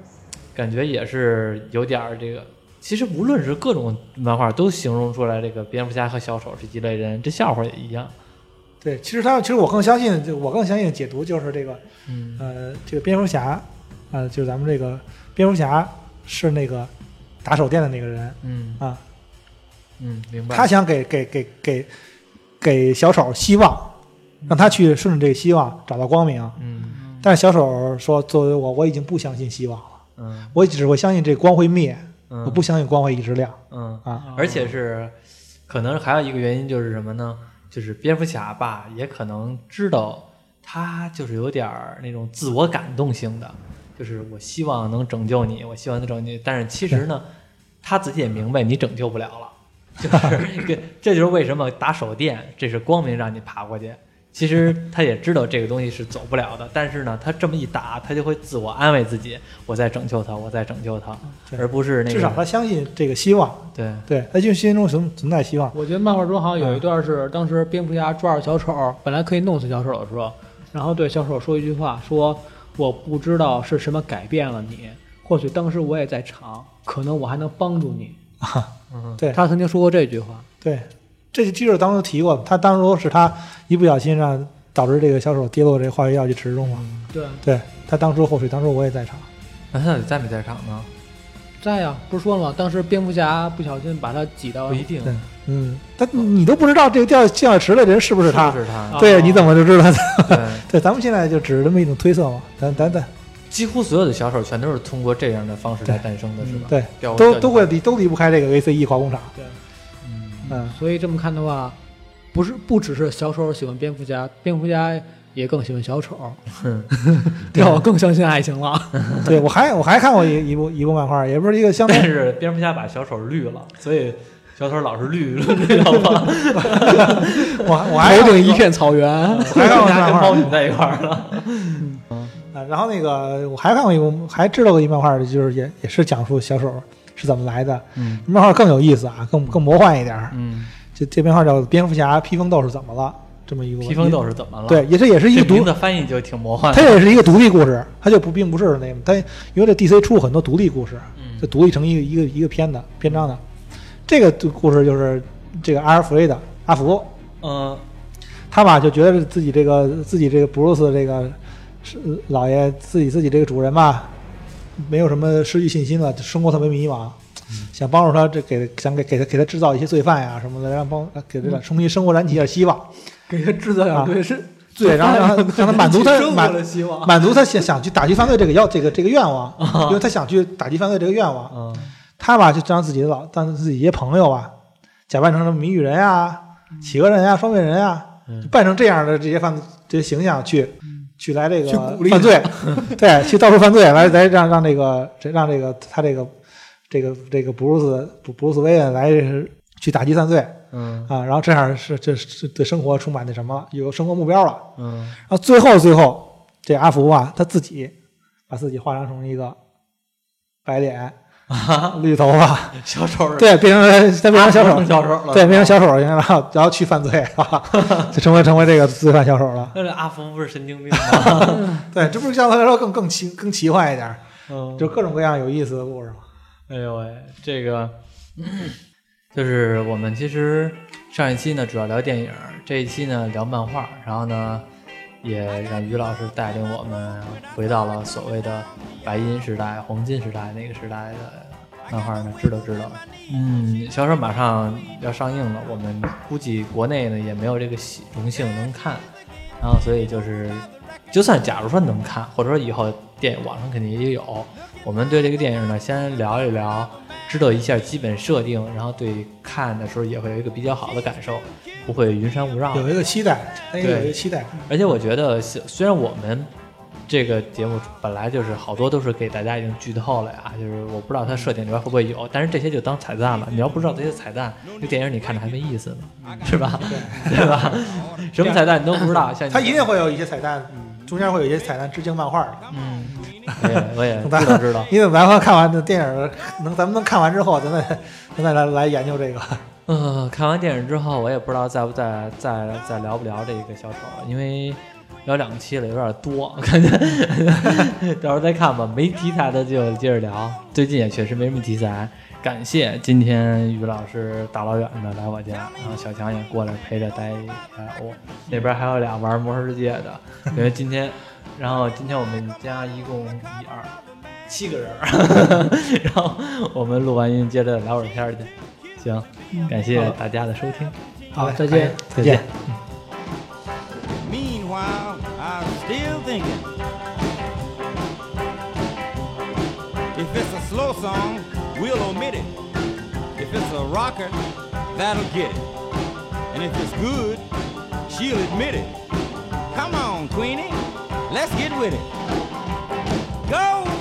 [SPEAKER 2] 感觉也是有点儿这个。其实无论是各种漫画，都形容出来这个蝙蝠侠和小丑是一类人，这笑话也一样。
[SPEAKER 3] 对，其实他其实我更相信，就我更相信解读就是这个
[SPEAKER 2] 嗯
[SPEAKER 3] 呃，这个蝙蝠侠，呃，就是咱们这个蝙蝠侠是那个打手电的那个人
[SPEAKER 2] 嗯
[SPEAKER 3] 啊，
[SPEAKER 2] 嗯，明白。
[SPEAKER 3] 他想给给给给给小丑希望，让他去顺着这个希望找到光明。
[SPEAKER 2] 嗯
[SPEAKER 3] 但是小丑说，作为我，我已经不相信希望了，
[SPEAKER 2] 嗯
[SPEAKER 3] 我只会相信这光会灭，
[SPEAKER 2] 嗯，
[SPEAKER 3] 我不相信光会一直亮
[SPEAKER 2] 嗯，
[SPEAKER 3] 啊。
[SPEAKER 2] 而且是可能还有一个原因就是什么呢？就是蝙蝠侠吧，也可能知道他就是有点儿那种自我感动型的，就是我希望能拯救你，我希望能拯救你，但是其实
[SPEAKER 3] [LAUGHS]
[SPEAKER 2] 呢，他自己也明白你拯救不了了，就是 [LAUGHS] 这就是为什么打手电，这是光明让你爬过去。其实他也知道这个东西是走不了的，但是呢，他这么一打，他就会自我安慰自己，我在拯救他，我在拯救他，
[SPEAKER 3] 嗯对
[SPEAKER 2] 而不是那个
[SPEAKER 3] 至少他相信这个希望，
[SPEAKER 2] 对，
[SPEAKER 3] 对他就心中存存在希望。
[SPEAKER 4] 我觉得漫画中好像有一段是当时蝙蝠侠抓着小丑，本来可以弄死小丑的时候，然后对小丑说一句话，说我不知道是什么改变了你，或许当时我也在场，可能我还能帮助你。
[SPEAKER 2] 嗯
[SPEAKER 3] 对
[SPEAKER 4] 他曾经说过这句话，
[SPEAKER 3] 对，这记者当时提过，他当初是他一不小心让导致这个小丑跌落这化学药剂池中嘛。
[SPEAKER 4] 对，
[SPEAKER 3] 对他当初后悔，当初我也在场。
[SPEAKER 2] 那他到底在没在场呢？
[SPEAKER 4] 在呀、不是说了吗？当时蝙蝠侠不小心把他挤到
[SPEAKER 2] 不一定，
[SPEAKER 3] 对，嗯，他你都不知道这个掉降血池的人是不是他，
[SPEAKER 2] 是他，
[SPEAKER 4] 啊
[SPEAKER 3] 对，你怎么就知道他？
[SPEAKER 2] 对，
[SPEAKER 3] [LAUGHS] 对，咱们现在就只是这么一种推测嘛。咱咱咱
[SPEAKER 2] 几乎所有的小丑全都是通过这样的方式来诞生的，
[SPEAKER 4] 对
[SPEAKER 2] 是吧？
[SPEAKER 3] 对，
[SPEAKER 2] 标
[SPEAKER 3] 都都会，离都离不开这个 ACE 化工厂。
[SPEAKER 4] 对，
[SPEAKER 2] 嗯
[SPEAKER 3] 嗯，
[SPEAKER 4] 所以这么看的话，不是不只是小丑喜欢蝙蝠侠，蝙蝠侠也更喜欢小丑， [LAUGHS] 让我更相信爱情了。
[SPEAKER 3] 对我还我还看过一一部一部漫画，也不是一个相
[SPEAKER 2] 但 [LAUGHS]
[SPEAKER 3] 当
[SPEAKER 2] 是蝙蝠侠把小丑绿了，所以小丑老是绿绿到吧？
[SPEAKER 3] 我还我还
[SPEAKER 4] 头
[SPEAKER 3] 看过
[SPEAKER 4] 顶一片草原，
[SPEAKER 3] 我
[SPEAKER 2] [LAUGHS]
[SPEAKER 3] 还看过一
[SPEAKER 2] 他
[SPEAKER 3] 漫
[SPEAKER 2] 跟
[SPEAKER 3] 画
[SPEAKER 2] 猫女在一块儿了。
[SPEAKER 3] 啊，然后那个我还看过一部，还知道过一漫画，就是也也是讲述小丑是怎么来的。
[SPEAKER 2] 嗯
[SPEAKER 3] 漫画更有意思啊，更更魔幻一点儿。
[SPEAKER 2] 嗯，
[SPEAKER 3] 这这漫画叫《蝙蝠侠披风斗士怎么了》这么一个
[SPEAKER 2] 披风斗士怎么了？
[SPEAKER 3] 对，，也是也是一
[SPEAKER 2] 这
[SPEAKER 3] 个独
[SPEAKER 2] 名字翻译就挺魔幻
[SPEAKER 3] 它
[SPEAKER 2] 的。
[SPEAKER 3] 也是一个独立故事，它就不并不是那个，它因为这 DC 出过很多独立故事，
[SPEAKER 2] 嗯
[SPEAKER 3] 就独立成一个一个一个篇的篇章的。这个故事就是这个阿尔弗雷德阿福，
[SPEAKER 4] 呃
[SPEAKER 2] 嗯
[SPEAKER 3] 他吧就觉得自己这个自己这个布鲁斯这个是老爷自己自己这个主人吧，没有什么失去信心了，生活特别迷茫，想帮助他这给想给给他给他制造一些罪犯呀什么的，让帮给这个重新生活燃起一点希望。
[SPEAKER 4] 给他制造
[SPEAKER 3] 啊
[SPEAKER 4] 点对是
[SPEAKER 3] 对然后让他让他满足
[SPEAKER 4] [LAUGHS]
[SPEAKER 3] 他
[SPEAKER 4] 生活
[SPEAKER 3] 满
[SPEAKER 4] 的希望。
[SPEAKER 3] 满足他想想去打击犯罪这个要这个这个愿
[SPEAKER 4] [LAUGHS]
[SPEAKER 3] 望，因为他想去打击犯罪这个愿望，
[SPEAKER 2] 嗯
[SPEAKER 3] 他吧就让自己的老让自己一些朋友吧，假扮成什么谜语人啊、
[SPEAKER 4] 嗯
[SPEAKER 3] 企鹅人啊、双面人啊，
[SPEAKER 2] 嗯
[SPEAKER 3] 就扮成这样的这些犯这些形象去去来这
[SPEAKER 4] 嗯去
[SPEAKER 3] 个
[SPEAKER 4] 鼓励
[SPEAKER 3] 犯
[SPEAKER 4] [LAUGHS]
[SPEAKER 3] 罪，对，去到处犯罪，来来让让这个这让这个他这个这个这个布鲁斯布布鲁斯威恩来去打击犯罪
[SPEAKER 2] 嗯
[SPEAKER 3] 啊，然后这样是这是对生活充满那什么了，有生活目标了。
[SPEAKER 2] 嗯
[SPEAKER 3] 然后啊最后最后，这阿福啊，他自己把自己化妆成一个白脸、绿头发，
[SPEAKER 2] 嗯， [LAUGHS] 小丑是
[SPEAKER 3] 对，变成他变成小
[SPEAKER 2] 啊
[SPEAKER 3] 丑，
[SPEAKER 2] 小丑了。哦
[SPEAKER 3] 对，变成小丑，然后然后去犯罪，啊、就成为成为这个罪犯小丑了。
[SPEAKER 2] [LAUGHS] 那这阿福不是神经病吗？
[SPEAKER 3] 对，这不是相对来说更更奇更奇幻一点儿，
[SPEAKER 2] 嗯
[SPEAKER 3] 就各种各样有意思的故事嘛。
[SPEAKER 2] 哎呦喂，这个就是我们其实上一期呢主要聊电影，这一期呢聊漫画，然后呢也让于老师带领我们回到了所谓的白银时代、黄金时代那个时代的漫画呢，知道知道。嗯，小说马上要上映了，我们估计国内呢也没有这个喜荣幸能看，然后所以就是，就算假如说能看，或者说以后电影网上肯定也有，我们对这个电影呢，先聊一聊，知道一下基本设定，然后对看的时候也会有一个比较好的感受，不会云山雾绕。
[SPEAKER 3] 有一个期待，那个有一个期待，
[SPEAKER 2] 而且我觉得，虽虽然我们这个节目本来就是好多都是给大家已经剧透了呀，就是我不知道它设定里边会不会有，但是这些就当彩蛋了。你要不知道这些彩蛋，这电影你看着还没意思呢，是吧？ [LAUGHS] 对吧？什么彩蛋你都不知道，像你
[SPEAKER 3] 他一定会有一些彩蛋，中间会有一些彩蛋致敬漫画的。
[SPEAKER 2] 嗯，我也我也知道知道。
[SPEAKER 3] 你怎么咱们看完这电影能咱们能看完之后，咱再咱再来来研究这个。
[SPEAKER 2] 呃，看完电影之后，我也不知道再不再再再聊不聊这个小丑，因为聊两期了有点多，感觉到时候再看吧。没题材的就接着聊，最近也确实没什么题材。感谢今天于老师大老远的来我家，然后小强也过来陪着待一下午。那边还有俩玩魔兽世界的，因为今天，然后今天我们家一共一二七个人儿， [LAUGHS] 然后我们录完音接着聊会儿天儿去。行，感谢大家的收听，
[SPEAKER 4] 好，再见。
[SPEAKER 3] 哎再见。
[SPEAKER 1] Meanwhile, I'm still thinking. If it's a slow song, we'll omit it. If it's a rocker, that'll get it. And if it's good, she'll admit it. Come on, Queenie, let's get with it. Go!